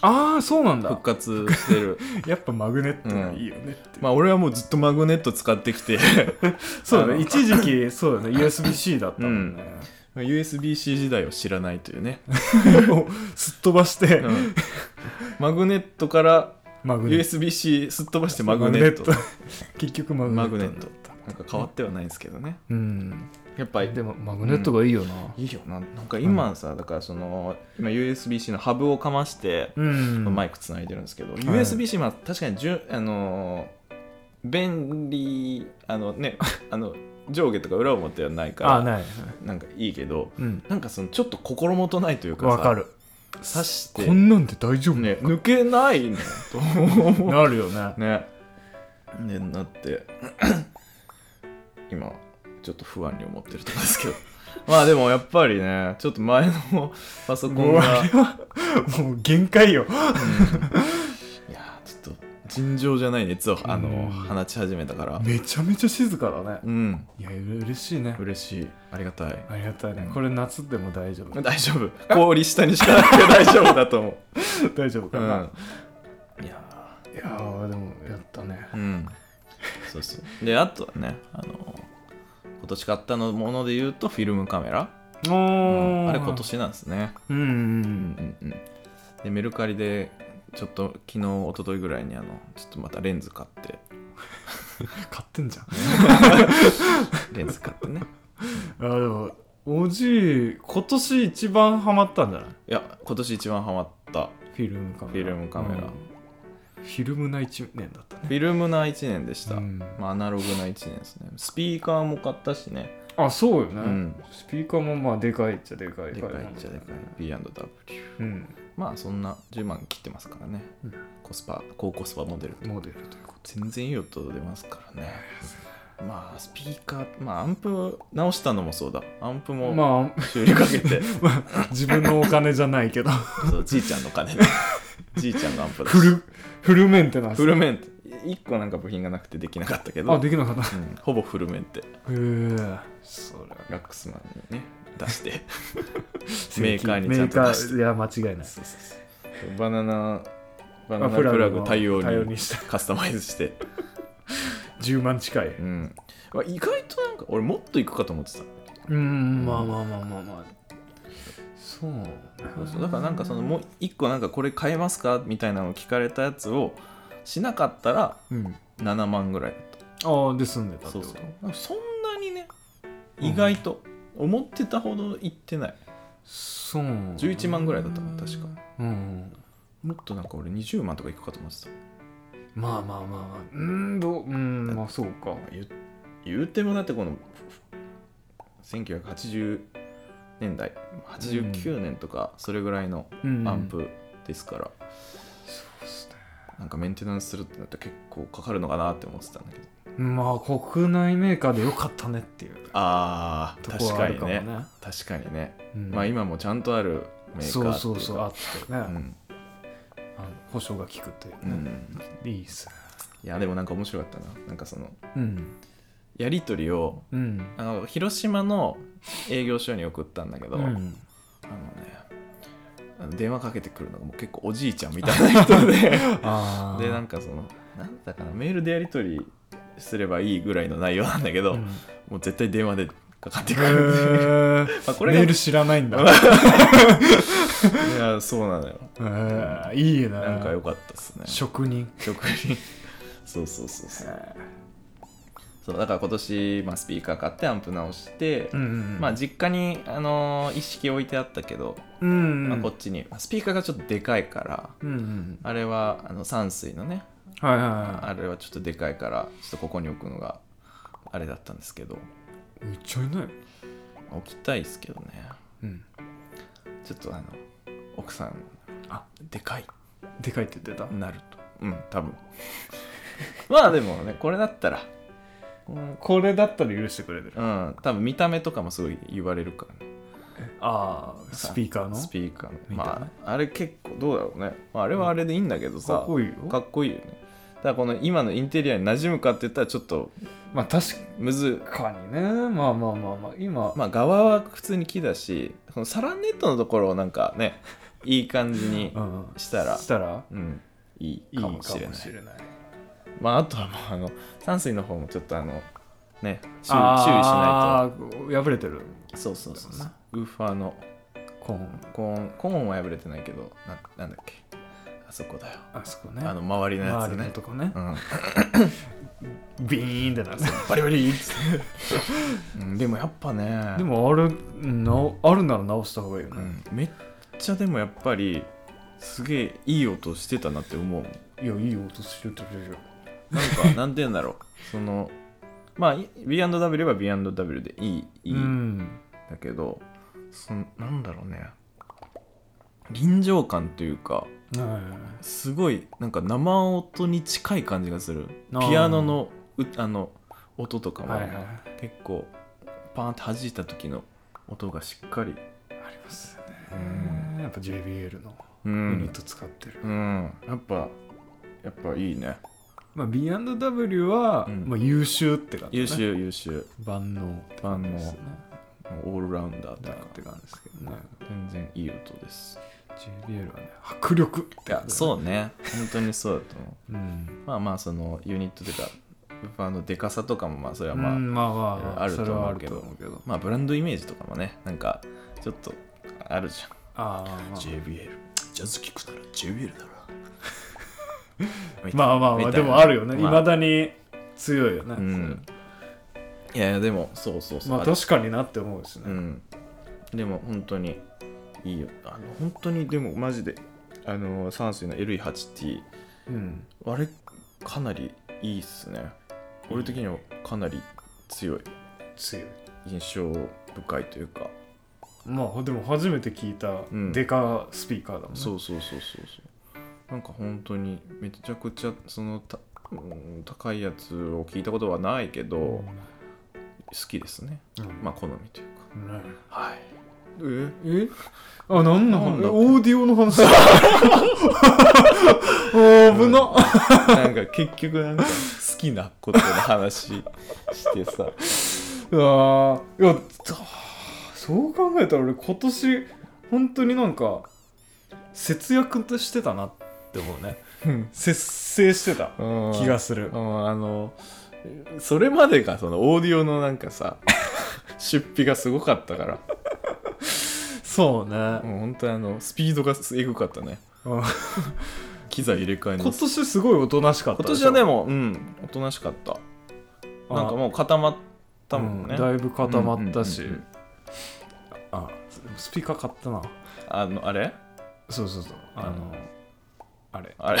Speaker 2: ああそうなんだ
Speaker 1: 復活してる
Speaker 2: *laughs* やっぱマグネットがいいよねって、
Speaker 1: *laughs* まあ俺はもうずっとマグネット使ってきて *laughs*
Speaker 2: そうだ
Speaker 1: あ
Speaker 2: ね
Speaker 1: の
Speaker 2: 一時期そうだね USB-C だったもんね、
Speaker 1: USB-C 時代を知らないというね、
Speaker 2: をすっ飛ばして、
Speaker 1: *laughs* うんマグネットから
Speaker 2: マグネット
Speaker 1: USB-C すっ飛ばしてマグネット
Speaker 2: マグネット *laughs* 結局マグネッ
Speaker 1: マ
Speaker 2: ト
Speaker 1: グ
Speaker 2: な
Speaker 1: ネ
Speaker 2: ん
Speaker 1: ッ
Speaker 2: だ
Speaker 1: トなんか変わってはないんですけどね
Speaker 2: うん
Speaker 1: やっぱり
Speaker 2: でもマグネットがいいよな、
Speaker 1: いいよななんか今さ、だからその今 USB-C のハブをかまして、
Speaker 2: うん
Speaker 1: マ
Speaker 2: イ
Speaker 1: イクつないでるんですけど、USB-C まあ確かにじゅあのー便利あのね *laughs* あの上下とか裏表はないか
Speaker 2: あ
Speaker 1: ら
Speaker 2: ないない
Speaker 1: なんかいいけど
Speaker 2: うん
Speaker 1: なんかそのちょっと心もとないというかさ
Speaker 2: わかる
Speaker 1: 刺して
Speaker 2: こんなんで大丈夫、
Speaker 1: ね抜けないのと思
Speaker 2: *laughs* なるよね
Speaker 1: うねねなって今ちょっと不安に思ってるところですけ
Speaker 2: *laughs*
Speaker 1: どまあでもやっぱりねちょっと前のパソコン
Speaker 2: もうあ
Speaker 1: が
Speaker 2: れはもう限界よ
Speaker 1: いやーちょっと尋常じゃない熱をあ
Speaker 2: うん
Speaker 1: の放ち始めたから
Speaker 2: めちゃめちゃ静かだね
Speaker 1: うん
Speaker 2: いや嬉しいね
Speaker 1: 嬉しいありがたい
Speaker 2: ありがたいね
Speaker 1: うん
Speaker 2: これ夏でも大丈夫
Speaker 1: 大丈夫氷下にしかなくて大丈夫だと思う
Speaker 2: 大丈夫
Speaker 1: う
Speaker 2: か
Speaker 1: ん
Speaker 2: ない
Speaker 1: や
Speaker 2: いやーでもやったね
Speaker 1: ーうんそうそうであとはねあの今年買ったのもので言うとフィルムカメラ、
Speaker 2: お
Speaker 1: うん
Speaker 2: ー
Speaker 1: あれ今年なんですね
Speaker 2: うんうん
Speaker 1: うんうんでメルカリでちょっと昨日一昨日ぐらいにあのちょっとまたレンズ買 *laughs* って
Speaker 2: 買ってんじゃん
Speaker 1: レンズ買ってね
Speaker 2: あーでもおじい今年一番ハマったんじゃない
Speaker 1: いや今年一番ハマった
Speaker 2: フィルムカメラ
Speaker 1: フィルムカメラ
Speaker 2: うんフィルムな一年だったね
Speaker 1: フィルムな1年でした、
Speaker 2: うん
Speaker 1: まあ、アナログな1年ですねスピーカーも買ったしね
Speaker 2: あそうよね、
Speaker 1: うん
Speaker 2: スピーカーもまあでかいっちゃでかい
Speaker 1: でかいっちゃでかい B&W
Speaker 2: うん
Speaker 1: まあそんな10万切ってますからね、
Speaker 2: うん
Speaker 1: コスパ高コスパモデル
Speaker 2: モデルというこ
Speaker 1: 全然いい音出ますからねまあスピーカーまあアンプ直したのもそうだアンプ
Speaker 2: と
Speaker 1: も
Speaker 2: まあ
Speaker 1: 修理かけて、 *laughs*
Speaker 2: まあ、自分のお金じゃないけど
Speaker 1: そうじいちゃんの金でじいちゃんのアンプだし
Speaker 2: フルフルメンテナンス
Speaker 1: フルメンテ1個なんか部品がなくてできなかったけど、
Speaker 2: あできなかったへ
Speaker 1: うんほぼフルメンテ
Speaker 2: えそれ
Speaker 1: ラックスマンにね出してメ
Speaker 2: メ
Speaker 1: ーカーにちゃ
Speaker 2: ー
Speaker 1: んと
Speaker 2: カ
Speaker 1: 出して
Speaker 2: ーいや間違いない
Speaker 1: そうそうそうバナナバナ
Speaker 2: ま
Speaker 1: ナ
Speaker 2: あ
Speaker 1: プ
Speaker 2: プラ
Speaker 1: ラ
Speaker 2: グ
Speaker 1: グ
Speaker 2: の
Speaker 1: 対応
Speaker 2: 対応
Speaker 1: に
Speaker 2: にした
Speaker 1: カスタマイズして、
Speaker 2: 10万近い
Speaker 1: うんまあ、意外となんか俺もっといくかと思ってた
Speaker 2: うんまあまあまあまあまあそう
Speaker 1: そうそうだからなんかそのもう一個なんかこれ買えますかみたいなのを聞かれたやつをしなかったら
Speaker 2: うん
Speaker 1: 7万ぐらい
Speaker 2: ああで住んでたって
Speaker 1: そ
Speaker 2: こ
Speaker 1: う
Speaker 2: と
Speaker 1: そうそんなにね意外と思ってたほどいってない
Speaker 2: そう
Speaker 1: 11万ぐらいだったの確か
Speaker 2: うんうん
Speaker 1: もっとなんか俺20万とかいくかと思ってた
Speaker 2: まあまあまあまあうーんどううんまあそうか
Speaker 1: 言言うてもだってこの1980年代89年とかそれぐらいの
Speaker 2: うん
Speaker 1: アンプですから、
Speaker 2: そうっすね
Speaker 1: なんかメンテナンスするってなったら結構かかるのかなって思ってたんだけど
Speaker 2: まあ国内メーカーでよかったねっていう
Speaker 1: あー
Speaker 2: とこ
Speaker 1: 確
Speaker 2: はあ
Speaker 1: か
Speaker 2: る
Speaker 1: に
Speaker 2: かも
Speaker 1: ね
Speaker 2: ね
Speaker 1: 確かにね、
Speaker 2: うん
Speaker 1: まあ今もちゃんとあるメー
Speaker 2: そ
Speaker 1: カー
Speaker 2: う
Speaker 1: ってい
Speaker 2: そうそう
Speaker 1: か
Speaker 2: あってね、
Speaker 1: うん
Speaker 2: あの保証が効くという
Speaker 1: う
Speaker 2: ね、
Speaker 1: ん、
Speaker 2: いいっすね
Speaker 1: いやでもなんか面白かったななんかその
Speaker 2: うん
Speaker 1: やり取りを
Speaker 2: うん
Speaker 1: あの広島の営業所に送ったんだけど、
Speaker 2: うん
Speaker 1: あのねあの電話かけてくるのがもう結構おじいちゃんみたいな人で
Speaker 2: *laughs*
Speaker 1: *laughs*
Speaker 2: あ
Speaker 1: でなん
Speaker 2: か
Speaker 1: んかそのなんだかなメールでやり取りすればいいぐらいの内 *laughs* 容なんだけど、
Speaker 2: うん、
Speaker 1: もう絶対電話でかかって
Speaker 2: へ
Speaker 1: くるっていう
Speaker 2: ー
Speaker 1: まあこれが
Speaker 2: メール知らない
Speaker 1: *laughs*
Speaker 2: んだ、
Speaker 1: いやそうなのよ
Speaker 2: えー、いいね
Speaker 1: なんか良かったっすね
Speaker 2: 職人
Speaker 1: 職人 *laughs* そうそうそうそうそうだから今年、まあ、スピーカー買ってアンプ直して、
Speaker 2: うんうん
Speaker 1: まあ実家に、あのー一式置いてあったけど、
Speaker 2: うんうん
Speaker 1: まあ、こっちにまあスピーカーがちょっとでかいから
Speaker 2: うんうん
Speaker 1: あれはあの山水のね
Speaker 2: はいはい
Speaker 1: あ
Speaker 2: は
Speaker 1: れはちょっとでかいからちょっとここに置くのがあれだったんですけど
Speaker 2: いめっちゃいない
Speaker 1: 置きたいですけどね
Speaker 2: うん
Speaker 1: ちょっとあの奥さん
Speaker 2: あ
Speaker 1: でかい
Speaker 2: でかいって言ってた
Speaker 1: なるとうん多分 *laughs* まあでもねこれだったらうん
Speaker 2: これだったら許してくれてる
Speaker 1: うん多分見た目とかもすごい言われるからね
Speaker 2: ああスピーカーの
Speaker 1: スピーカーの
Speaker 2: 見た目
Speaker 1: まああれ結構どうだろうね、まあ、あれはあれでいいんだけどさ、
Speaker 2: かっこいいよ
Speaker 1: かっこいいよねただこの今のインテリアに馴染むかって言ったらちょっと
Speaker 2: まあ確
Speaker 1: むず
Speaker 2: かにねまあまあまあまあ今、
Speaker 1: まあ側は普通に木だしそのサランネットのところをなんか
Speaker 2: *laughs*
Speaker 1: ねいい感じに
Speaker 2: うんうん
Speaker 1: したら
Speaker 2: したら
Speaker 1: うんい
Speaker 2: い
Speaker 1: い
Speaker 2: い
Speaker 1: か
Speaker 2: か
Speaker 1: も
Speaker 2: も
Speaker 1: し
Speaker 2: し
Speaker 1: れ
Speaker 2: れ
Speaker 1: な
Speaker 2: ないい
Speaker 1: まああとはもうあの山水の方もちょっとあのね注注意しな
Speaker 2: あー破れてる
Speaker 1: いとそうそうそうそうウーファーの
Speaker 2: コーン
Speaker 1: コーンコーンは破れてないけどななんだっけあそこだよ
Speaker 2: あそこね
Speaker 1: あの周りのやつ
Speaker 2: 周りの
Speaker 1: ね
Speaker 2: とこね
Speaker 1: う、ん
Speaker 2: ビーンってなる
Speaker 1: バリバリっつってうんでもやっぱね
Speaker 2: *laughs* でもあれなあるなら直した方がいいよ
Speaker 1: う
Speaker 2: ね、
Speaker 1: んめっちゃでもやっぱりすげえいい音してたなって思う
Speaker 2: いやいい音してるよ
Speaker 1: なんか、
Speaker 2: *laughs*
Speaker 1: なんて言うんだろう。その、まあ、い B&W は B&W でいい、いい、
Speaker 2: うん
Speaker 1: だけど、その、なんだろうね。臨場感というか、
Speaker 2: はい
Speaker 1: すごい、なんか生音に近い感じがする。
Speaker 2: あー
Speaker 1: ピアノの、うあの、音とかも、
Speaker 2: はいはい
Speaker 1: 結構、パーンって弾いた時の音がしっかり。
Speaker 2: あります
Speaker 1: う
Speaker 2: ねやっぱ JBL の
Speaker 1: う
Speaker 2: ユニッ
Speaker 1: ん。
Speaker 2: ト使ってる、
Speaker 1: うん。やっぱ、やっぱいいね。
Speaker 2: まあ、B&W は、
Speaker 1: うん
Speaker 2: まあ、優秀って感じ、ね、
Speaker 1: 優秀、優秀。
Speaker 2: 万能って感じですね
Speaker 1: オールラウンダーと
Speaker 2: だ
Speaker 1: いう
Speaker 2: っ
Speaker 1: か、
Speaker 2: て感じですけどね
Speaker 1: 全然いい音です。
Speaker 2: JBL はね迫力って感じだね
Speaker 1: そうね本当にそうだと思
Speaker 2: うん
Speaker 1: うまあまあそのユニットというかあのでかさとかもまあそれはまあ、
Speaker 2: うんまあまあ
Speaker 1: あると
Speaker 2: それは
Speaker 1: 思
Speaker 2: あ
Speaker 1: う
Speaker 2: る
Speaker 1: け
Speaker 2: と
Speaker 1: ど
Speaker 2: 思うけど
Speaker 1: まあブランドイメージとかもねなんかちょっとあるじ
Speaker 2: ああま
Speaker 1: ゃん
Speaker 2: あ
Speaker 1: JBL ジャズ聴くなら JBL だろ
Speaker 2: まあまあまあ
Speaker 1: みた
Speaker 2: で
Speaker 1: いな
Speaker 2: もあるよねい
Speaker 1: まあ
Speaker 2: まだに強いよね、
Speaker 1: うんいやいやでもそうそう
Speaker 2: そ
Speaker 1: そ
Speaker 2: れ
Speaker 1: う、
Speaker 2: まあ
Speaker 1: れ
Speaker 2: 確かになって思うし
Speaker 1: う
Speaker 2: ね、
Speaker 1: んでも本当にいいよあの本当にでもマジであの山水の LE8T
Speaker 2: うん
Speaker 1: あれかなりいいっすね俺的にはかなり強い
Speaker 2: 強い
Speaker 1: 印象深いというか、
Speaker 2: まあでも初めて聞いた
Speaker 1: うん
Speaker 2: デカスピーカーだもんね、
Speaker 1: そうそうそうそうそうなんか本当にめちゃくちゃそのた、うん、高いやつを聞いたことはないけど、好きですね
Speaker 2: うん
Speaker 1: まあ好みという
Speaker 2: ね
Speaker 1: かはいえ
Speaker 2: えあなんの
Speaker 1: なんだ
Speaker 2: 話オーディオの *laughs* 話あ危な、
Speaker 1: なんか結局なんか好きな *laughs* ことの話してさ
Speaker 2: うわーいやだそう考えたら俺今年本当になんか節約としてたなって思うね節制してた気が
Speaker 1: す
Speaker 2: す
Speaker 1: る、
Speaker 2: る
Speaker 1: うん、あのそれまでがそのオーディオのなんか *laughs* さ出費がすごかったから
Speaker 2: そうね、
Speaker 1: もう本当にあのスピードがえぐかったね
Speaker 2: うん
Speaker 1: 機材入れ替え
Speaker 2: 今
Speaker 1: に
Speaker 2: 年すごいおとなしかった
Speaker 1: 今
Speaker 2: でし
Speaker 1: 年
Speaker 2: ょ
Speaker 1: はでもうんおとなしかった
Speaker 2: あ
Speaker 1: なんかもう固まったもんね、
Speaker 2: うだいぶ固まったし、
Speaker 1: うんうんうんうん
Speaker 2: あスピーカー買ったな
Speaker 1: あのあれ
Speaker 2: そうそうそうあの、
Speaker 1: うん
Speaker 2: あれ
Speaker 1: *laughs* あれ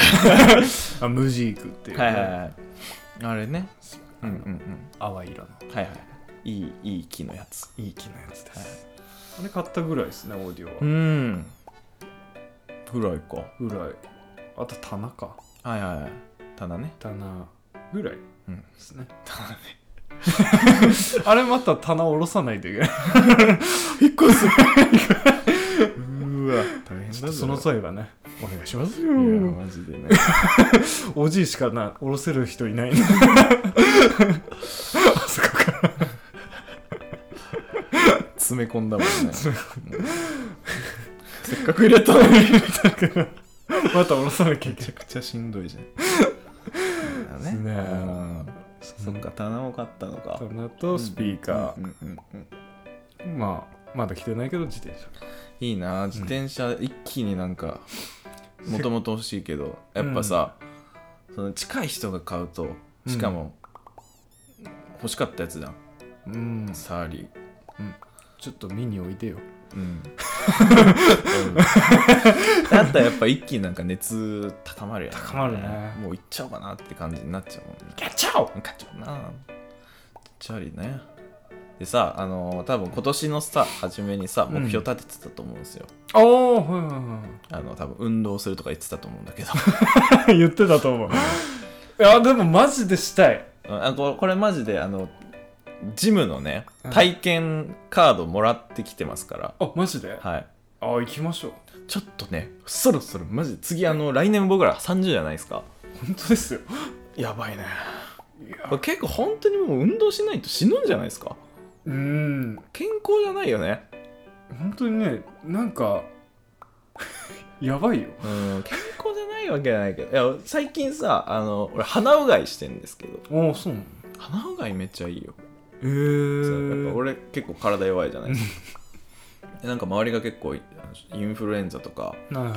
Speaker 2: あムジークっていう、ね
Speaker 1: はいはいはいあれねうんうん
Speaker 2: 淡い色の
Speaker 1: うんはいはいいいいい木のやつ
Speaker 2: いい機のやつです、あれ買ったぐらいですねオーディオは、
Speaker 1: んぐらいか
Speaker 2: ぐらいあと棚か
Speaker 1: はいはいはい棚ね
Speaker 2: 棚ぐらい
Speaker 1: うん
Speaker 2: ですね、
Speaker 1: 棚ね
Speaker 2: *laughs* あれまた棚下ろさないとい
Speaker 1: *laughs*
Speaker 2: けない
Speaker 1: 引っ越 *laughs* すうわ大変だ
Speaker 2: ちょっ
Speaker 1: ぞ
Speaker 2: とその際はねお願いしますよ
Speaker 1: いやマジでね
Speaker 2: おじいしかな下ろせる人いないね *laughs* あそこから
Speaker 1: *laughs* 詰め込んだもん *laughs* ねうんせっかく入れたのに *laughs* め
Speaker 2: だからまた下ろさなきゃいけ
Speaker 1: ちゃくちゃしんどいじゃんだ
Speaker 2: ですね
Speaker 1: うんそっ
Speaker 2: ない
Speaker 1: か棚を買ったのか
Speaker 2: 棚とスピーカ
Speaker 1: うんうんうんうん
Speaker 2: ー、まあまだ来てないけど自転車
Speaker 1: いいな自転車一気になんか
Speaker 2: せ
Speaker 1: もともと欲しいけどやっぱさ、その近い人が買うと
Speaker 2: うん
Speaker 1: しかも、欲しかったやつじゃん
Speaker 2: うん
Speaker 1: サーリ
Speaker 2: ちょっと見においでよ
Speaker 1: ーうん *laughs* だったらやっぱ一気になんか熱高まるやん
Speaker 2: 高まるね
Speaker 1: もう行っちゃおうかなって感じになっちゃうもんね
Speaker 2: やっちゃおう
Speaker 1: 買っちゃうなチャリねでさあの多分今年のさ初めにさ
Speaker 2: うん
Speaker 1: 目標立ててたと思うんですよ、
Speaker 2: ああはいは
Speaker 1: あの多分運動するとか言ってたと思うんだけど
Speaker 2: いはい言ってたと思ういやでもマジでしたい
Speaker 1: うんあここれマジであのジムのね
Speaker 2: うん
Speaker 1: 体験カードもらってきてますから、
Speaker 2: あマジであ
Speaker 1: はい
Speaker 2: あ行きましょう
Speaker 1: ちょっとねそろそろマジで次あの来年僕ら30じゃないですか
Speaker 2: 本当ですよ
Speaker 1: やばいね
Speaker 2: いや
Speaker 1: これ結構本当にもう運動しないと死ぬんじゃないですか
Speaker 2: うん
Speaker 1: 健康じゃないよね
Speaker 2: 本当にねなんか *laughs* やばいよ
Speaker 1: うん健康じゃないわけじゃないけどいや最近さあの俺鼻うがいしてんですけど
Speaker 2: ああそうなの
Speaker 1: 鼻うがいめっちゃいいよ
Speaker 2: ええ
Speaker 1: そうやっぱ
Speaker 2: ー、
Speaker 1: 俺結構体弱いじゃないです *laughs* かでなんか周りが結構インフルエンザとか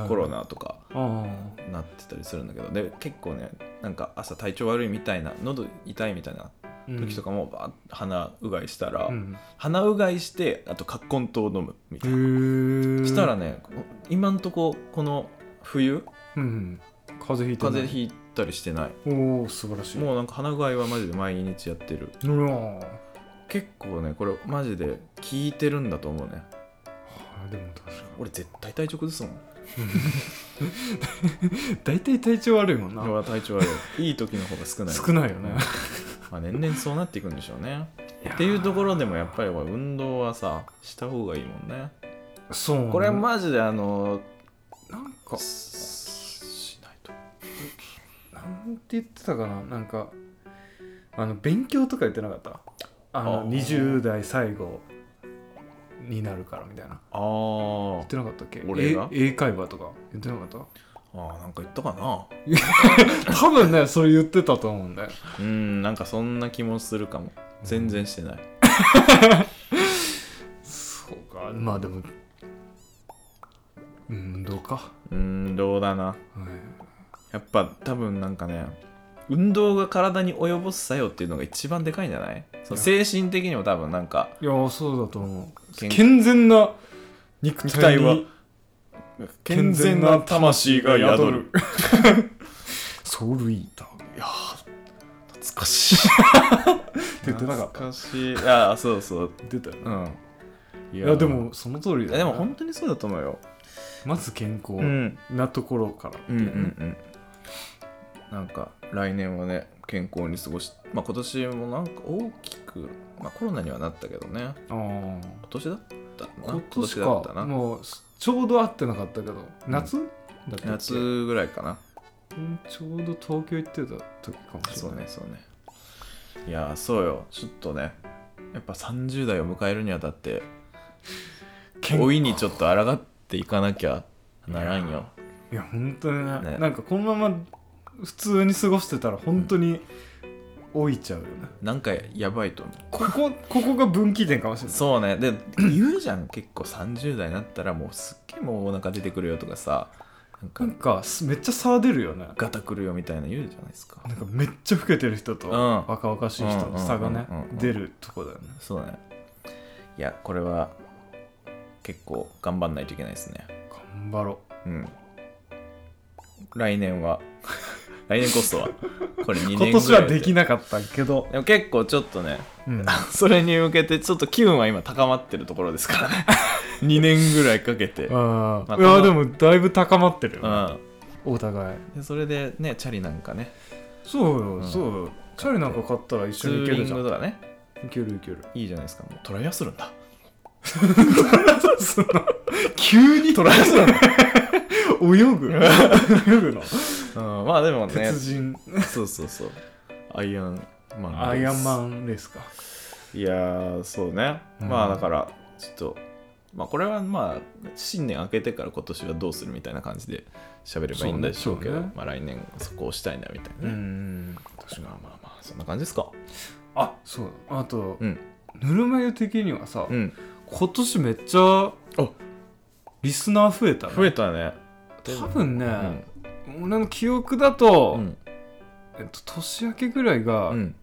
Speaker 1: コロ
Speaker 2: ナ
Speaker 1: ナとか、
Speaker 2: あ
Speaker 1: なってたりするんだけどで結構ねなんか朝体調悪いみたいな喉痛いみたいな
Speaker 2: あうん
Speaker 1: 時とかもバーッ鼻うがいしたら、
Speaker 2: うん
Speaker 1: 鼻うがいしてあと葛根湯を飲むみたいな、
Speaker 2: へえ
Speaker 1: したらねこ今んとここの冬
Speaker 2: うん風邪ひいて
Speaker 1: 風邪ひ
Speaker 2: い
Speaker 1: いたりしてない、
Speaker 2: おお素晴らしい
Speaker 1: もうなんか鼻うがいはマジで毎日やってる
Speaker 2: うわー
Speaker 1: 結構ねこれマジで効いてるんだと思うね
Speaker 2: あでも確か
Speaker 1: 俺絶対体調崩すもん
Speaker 2: に大体体調悪いも
Speaker 1: 俺
Speaker 2: んな
Speaker 1: は体調悪
Speaker 2: *laughs*
Speaker 1: いいい時の方が少ない
Speaker 2: 少ないよね
Speaker 1: まあ、年々そうなっていくんでしょうね
Speaker 2: やー
Speaker 1: っていうところでもやっぱり運動はさした方がいいもんね
Speaker 2: そうね
Speaker 1: これマジであの
Speaker 2: なんか
Speaker 1: しないと
Speaker 2: なんて言ってたかななんかあの勉強とか言ってなかったあの
Speaker 1: あー
Speaker 2: 20代最後になるからみたいな
Speaker 1: あ
Speaker 2: 言ってなかったっけ
Speaker 1: 俺が
Speaker 2: え英会話とか言ってなかっ
Speaker 1: ーあーなんか言ったかな
Speaker 2: た多分ねそれ言ってたと思うんだよ
Speaker 1: うんなんかそんな気もするかも全然してない、
Speaker 2: そうかまあでもうんどうか、
Speaker 1: うんどうだな
Speaker 2: はい
Speaker 1: やっぱ多分なんかね運動が体に及ぼす作用っていうのが一番でかいんじゃないその精神的にも多分なんか
Speaker 2: いやーそうだと思う
Speaker 1: 健
Speaker 2: 健全な肉体に
Speaker 1: 肉体は健全な魂が宿る
Speaker 2: *laughs* ソウルイーター
Speaker 1: 懐かし *laughs* い
Speaker 2: 言ってなかった
Speaker 1: 懐かしいああそうそう
Speaker 2: 出たよね
Speaker 1: うんい
Speaker 2: いやでもその通りだよ
Speaker 1: い
Speaker 2: ね、
Speaker 1: やでも本当にそうだと思うよ
Speaker 2: まず健康
Speaker 1: ん
Speaker 2: なところから、
Speaker 1: うんうんうんなんか来年はね健康に過ごしまあ今年もなんか大きくまあコロナにはなったけどね
Speaker 2: ああ
Speaker 1: 今年だったな
Speaker 2: 今年
Speaker 1: だった
Speaker 2: か
Speaker 1: な
Speaker 2: もうちょうど会ってなかったけど夏、だったっけ
Speaker 1: 夏ぐらいかな
Speaker 2: うんちょうど東京行ってた時かもしれ
Speaker 1: そう
Speaker 2: ない
Speaker 1: ねそうねいやーそうよちょっとねやっぱ30代を迎えるにあたって
Speaker 2: 健
Speaker 1: 老いにちょっと抗っていかなきゃならんよ
Speaker 2: いや本当にね
Speaker 1: ね
Speaker 2: なんかこのまま普通に過ごしてたら本当に老いちゃうよね、
Speaker 1: なんかやばいと思う
Speaker 2: ここここが分岐点かもしれない
Speaker 1: そうねで *clears throat* 言うじゃん結構30代になったらもうすっげえもうお腹出てくるよとかさなんか
Speaker 2: なんかすめっちゃ差出るよね
Speaker 1: ガタくるよみたいな言うじゃないですか
Speaker 2: なんかめっちゃ老けてる人と
Speaker 1: うん
Speaker 2: 若々しい人の差がね
Speaker 1: うんうんうんうん
Speaker 2: 出るとこだよね
Speaker 1: そうねいやこれは結構頑張んないといけないですね
Speaker 2: 頑張ろ
Speaker 1: うん来年は *laughs* 来年こそはこれ2年
Speaker 2: う
Speaker 1: ぐらい
Speaker 2: 今年はでき
Speaker 1: ない
Speaker 2: なかったけど、
Speaker 1: でも結構ちょっとね *laughs*
Speaker 2: うん、
Speaker 1: それに向けてちょっと気分は今高まってるところですからね2 *laughs* 年ぐらいかけてうん
Speaker 2: あ
Speaker 1: まあ
Speaker 2: ーいやでもだいぶ高まってるよ、お互い
Speaker 1: でそれでねチャリなんかね
Speaker 2: そうよ、
Speaker 1: うん
Speaker 2: そうよチャリなんか買ったら一
Speaker 1: ツ
Speaker 2: 緒に行
Speaker 1: ー
Speaker 2: け
Speaker 1: リ
Speaker 2: る
Speaker 1: ン
Speaker 2: じゃん
Speaker 1: グとかね
Speaker 2: いけるいける *laughs*
Speaker 1: いいじゃないですかもうトライアスロンだ
Speaker 2: 急にトライアスロン *laughs* 泳
Speaker 1: *laughs*
Speaker 2: ぐ泳ぐの
Speaker 1: うんまあでもね
Speaker 2: 鉄人
Speaker 1: そうそうそうアイアンマンです
Speaker 2: アイアンマンレースか
Speaker 1: いやーそうね、
Speaker 2: うん
Speaker 1: まあだからちょっとまあこれはまあ新年明けてから今年はどうするみたいな感じで喋ればいいんでしょうけど
Speaker 2: そうねそうね
Speaker 1: まあ来年そこをしたいなみたいな、
Speaker 2: ん
Speaker 1: 私がまあまあまあそんな感じですか
Speaker 2: あそうあと、
Speaker 1: うん
Speaker 2: ぬるま湯的にはさ、
Speaker 1: うん
Speaker 2: 今年めっちゃ
Speaker 1: あ
Speaker 2: リスナー増えたね
Speaker 1: 増えたね
Speaker 2: 多分ね、
Speaker 1: うん
Speaker 2: 俺の記憶だと、
Speaker 1: うん
Speaker 2: えっと、年明けぐらいが、
Speaker 1: うん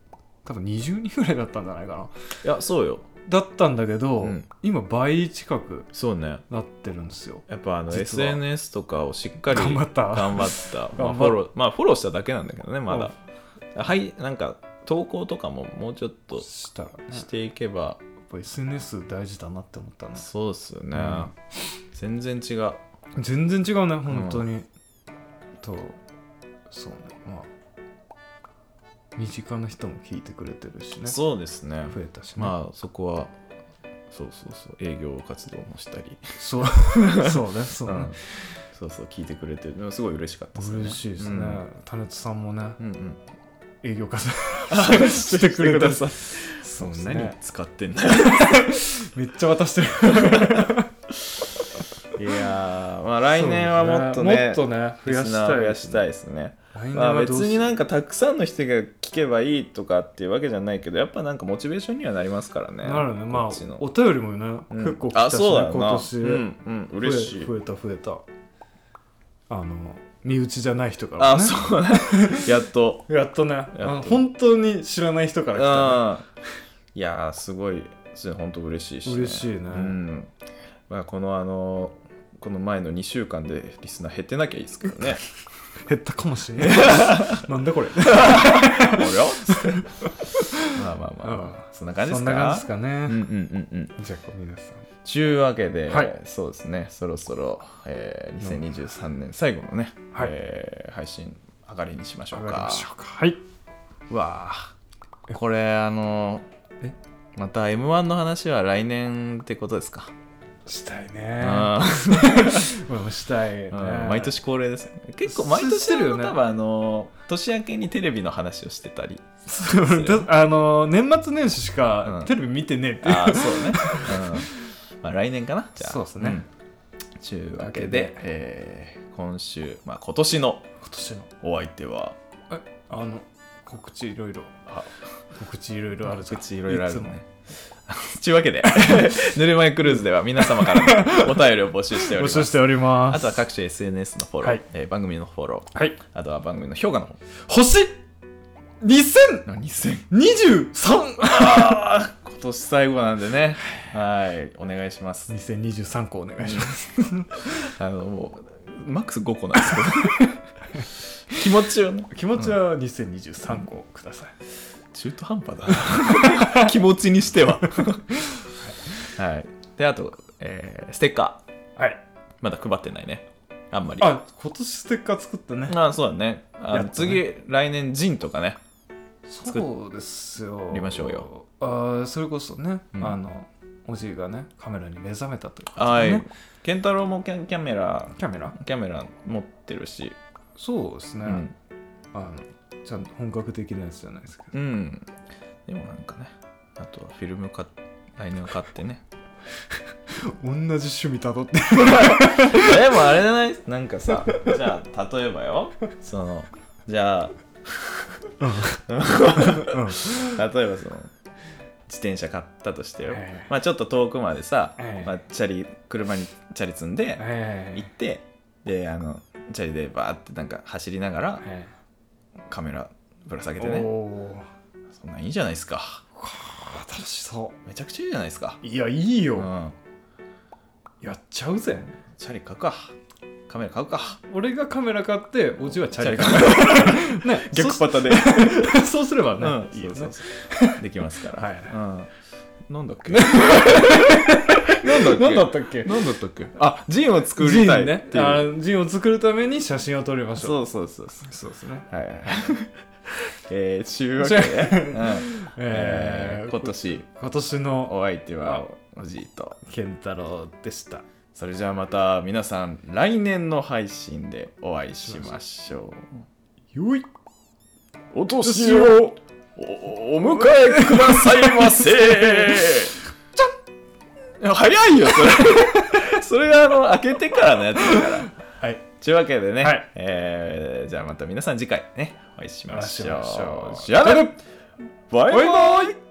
Speaker 2: 多分20人ぐらいだったんじゃないかない
Speaker 1: やそうよ
Speaker 2: だったんだけど、
Speaker 1: うん
Speaker 2: 今倍近く
Speaker 1: そうね
Speaker 2: なってるんですよ
Speaker 1: やっぱあの
Speaker 2: 実は
Speaker 1: SNS とかをしっかり
Speaker 2: 頑張った
Speaker 1: 頑張ったまあ
Speaker 2: 頑張っ
Speaker 1: フォローまあフォローしただけなんだけどねまだはいなんか投稿とかももうちょっと
Speaker 2: したらねや
Speaker 1: し
Speaker 2: って
Speaker 1: いけば、
Speaker 2: ぱ SNS 大事だなって思ったね
Speaker 1: そうっすよね、
Speaker 2: うん
Speaker 1: 全然違う
Speaker 2: 全然違うね本当に、とそうねまあ身近な人も聞いてくれてるしね
Speaker 1: そうですね
Speaker 2: 増えたしね、
Speaker 1: まあそこはそうそうそう営業活動もしたり、
Speaker 2: そう
Speaker 1: *laughs*
Speaker 2: そうねそう
Speaker 1: う
Speaker 2: ね
Speaker 1: ん、そうそう聞いてくれてるのすごい嬉しかったですね
Speaker 2: 嬉しいですね、タネツさんもね
Speaker 1: うん、うんうん
Speaker 2: 営業活動
Speaker 1: し
Speaker 2: してくれた
Speaker 1: さい
Speaker 2: そうっすね
Speaker 1: 何使ってんだよ
Speaker 2: めっちゃ渡してる
Speaker 1: いやーまあ来年はもっとね
Speaker 2: もっとね増
Speaker 1: リ
Speaker 2: や
Speaker 1: ス
Speaker 2: し
Speaker 1: ナ
Speaker 2: た
Speaker 1: ー
Speaker 2: い
Speaker 1: 増やしたいですね
Speaker 2: 来年
Speaker 1: まあ
Speaker 2: は
Speaker 1: 別
Speaker 2: どうす
Speaker 1: になんかたくさんの人が聞けばいいとかっていうわけじゃないけどやっぱなんかモチベーションにはなりますからね
Speaker 2: なるねまあ
Speaker 1: こっちの
Speaker 2: お便りもね、
Speaker 1: うん
Speaker 2: 結構来
Speaker 1: あ
Speaker 2: たし、ね、
Speaker 1: そうだよな
Speaker 2: 今年、
Speaker 1: うんうん
Speaker 2: 増え
Speaker 1: 嬉しい
Speaker 2: 増えた増えたあの身内じゃない人から
Speaker 1: あ
Speaker 2: もね
Speaker 1: そうね *laughs* やっと
Speaker 2: やっとね
Speaker 1: と
Speaker 2: あの本当に知らない人か
Speaker 1: う
Speaker 2: ら
Speaker 1: ん
Speaker 2: 来た、
Speaker 1: いやーすごいそれ本当嬉しいし、
Speaker 2: 嬉しいね
Speaker 1: うんまあこのあのこの前の2週間でリスナー減ってなきゃいいですけどね *laughs*
Speaker 2: 減ったかもしれないなんだこれ
Speaker 1: あれ
Speaker 2: *laughs*
Speaker 1: よつってまあまあまあ、そんな感じで
Speaker 2: そ
Speaker 1: す
Speaker 2: ん
Speaker 1: か
Speaker 2: な感じですかね、
Speaker 1: うんうんうんうん
Speaker 2: じゃあ皆さん
Speaker 1: ちゅうわけで、
Speaker 2: はい
Speaker 1: そうですね、そろそろ、えー、2023年最後のね、
Speaker 2: はい
Speaker 1: えー配信上がりにしましょう
Speaker 2: 上がり
Speaker 1: か
Speaker 2: ま。しょうかはいう
Speaker 1: わあこれあの
Speaker 2: え
Speaker 1: また M1 の話は来年ってことですか。
Speaker 2: したいね
Speaker 1: あー
Speaker 2: うんしたいね
Speaker 1: うん毎年恒例ですよね。結構毎年
Speaker 2: してるよね
Speaker 1: 多分あの年明けにテレビの話をしてたり。 *laughs*
Speaker 2: そうだあの年末年始し
Speaker 1: う
Speaker 2: か
Speaker 1: ん
Speaker 2: テレビ見てねえっ
Speaker 1: *laughs*
Speaker 2: て、
Speaker 1: ああそうね。うんまあ来年かなじゃあ。
Speaker 2: そうっすね
Speaker 1: ん。ちゅうわけで、えー今週まあ今年の
Speaker 2: 今年の
Speaker 1: お相手は。
Speaker 2: えあの告知いろいろ
Speaker 1: あ
Speaker 2: 告知いろいろあるじゃん
Speaker 1: 口いろいろある *laughs*
Speaker 2: つも
Speaker 1: ね。というわけで、 *laughs* ぬるま湯クルーズでは皆様から *laughs* のお便りを募集しており
Speaker 2: 募
Speaker 1: ま
Speaker 2: 集
Speaker 1: す。
Speaker 2: しております
Speaker 1: あとは各種 SNS のフォロー、
Speaker 2: はい
Speaker 1: えー番組のフォロー、
Speaker 2: はい
Speaker 1: あとは番組の評価の方。
Speaker 2: 星
Speaker 1: 2000
Speaker 2: 2023!2023
Speaker 1: 今年最後なんでね、はい、お願いします。
Speaker 2: 個お願いします
Speaker 1: あの、もう、マックス5個なんですけど。 *laughs* 気持ちをね、
Speaker 2: 気持ちは2023個ください、
Speaker 1: 中途半端だな。 *laughs* 気持ちにしては。はい。で、あと、えーステッカー、
Speaker 2: はい
Speaker 1: まだ配ってないね。あんまり。
Speaker 2: あ今年ステッカー作ったね
Speaker 1: あそうだね。あ
Speaker 2: やっとね
Speaker 1: 次、来年、ジンとかね。作っ
Speaker 2: そうですよ
Speaker 1: りましょうよ
Speaker 2: あーそれこそね、
Speaker 1: うん
Speaker 2: あのおじいがねカメラに目覚めたということ
Speaker 1: は
Speaker 2: でね、
Speaker 1: い。ケンタロウもキャキャメラ、
Speaker 2: キャメラ
Speaker 1: キャメラ持ってるし、
Speaker 2: そうですね、
Speaker 1: うん。
Speaker 2: あのちゃんと本格的なやつじゃないですけ
Speaker 1: う
Speaker 2: ど
Speaker 1: ん。でもなんかね、あとはフィルム買っ来年は買ってね、
Speaker 2: 同じ趣味たどって
Speaker 1: *laughs* でもあれじゃないなんかさじゃあ例えばよそのじゃあ *laughs*
Speaker 2: うん
Speaker 1: 例えばその自転車買ったとしてよ、
Speaker 2: ええ
Speaker 1: まあちょっと遠くまでさ、
Speaker 2: ええ
Speaker 1: まあ、チャリ車にチャリ積んで
Speaker 2: え
Speaker 1: 行ってであのチャリでバーってなんか走りながら
Speaker 2: え
Speaker 1: カメラぶら下げて
Speaker 2: お
Speaker 1: ね
Speaker 2: お
Speaker 1: そんなんいいじゃないですか
Speaker 2: 楽しそ
Speaker 1: めちゃくちゃいいじゃないですか
Speaker 2: ういやいいうよ、
Speaker 1: ん
Speaker 2: やっちゃうぜ
Speaker 1: チャリ買うかカメラ買うか
Speaker 2: 俺がカメラ買っておじはチャリ
Speaker 1: チ
Speaker 2: 買うね
Speaker 1: 逆パタで、*laughs*
Speaker 2: そうそうすれば
Speaker 1: う
Speaker 2: ね
Speaker 1: ん、、
Speaker 2: いいよね
Speaker 1: そうそうそうできますから
Speaker 2: はい
Speaker 1: うん、なんだっけなんだっけ
Speaker 2: 何だったっけ
Speaker 1: なんだったっけあ、ジンを作りたい
Speaker 2: ジン
Speaker 1: っ
Speaker 2: ね
Speaker 1: ていう。
Speaker 2: あジンを作るために写真を撮りましょう
Speaker 1: そうそうそうそう。
Speaker 2: そうですね
Speaker 1: はい *laughs* はいはい。えー、ちゅうわけで、うん *laughs* え
Speaker 2: え
Speaker 1: ー
Speaker 2: ー、
Speaker 1: 今年
Speaker 2: 今年の
Speaker 1: お相手はおじいと。
Speaker 2: 健太郎でした
Speaker 1: それじゃあまた皆さん来年の配信でお会いしましょ。
Speaker 2: よいう
Speaker 1: お年をおお迎えくださいませちゃん早いよ、それ。それがあの、開けてからのやつだから。
Speaker 2: はい
Speaker 1: というわけでね、
Speaker 2: はい
Speaker 1: えーじじゃあまた皆さん次回ねお会いしましょう。
Speaker 2: お会いしましょう
Speaker 1: じゃあねバイバイ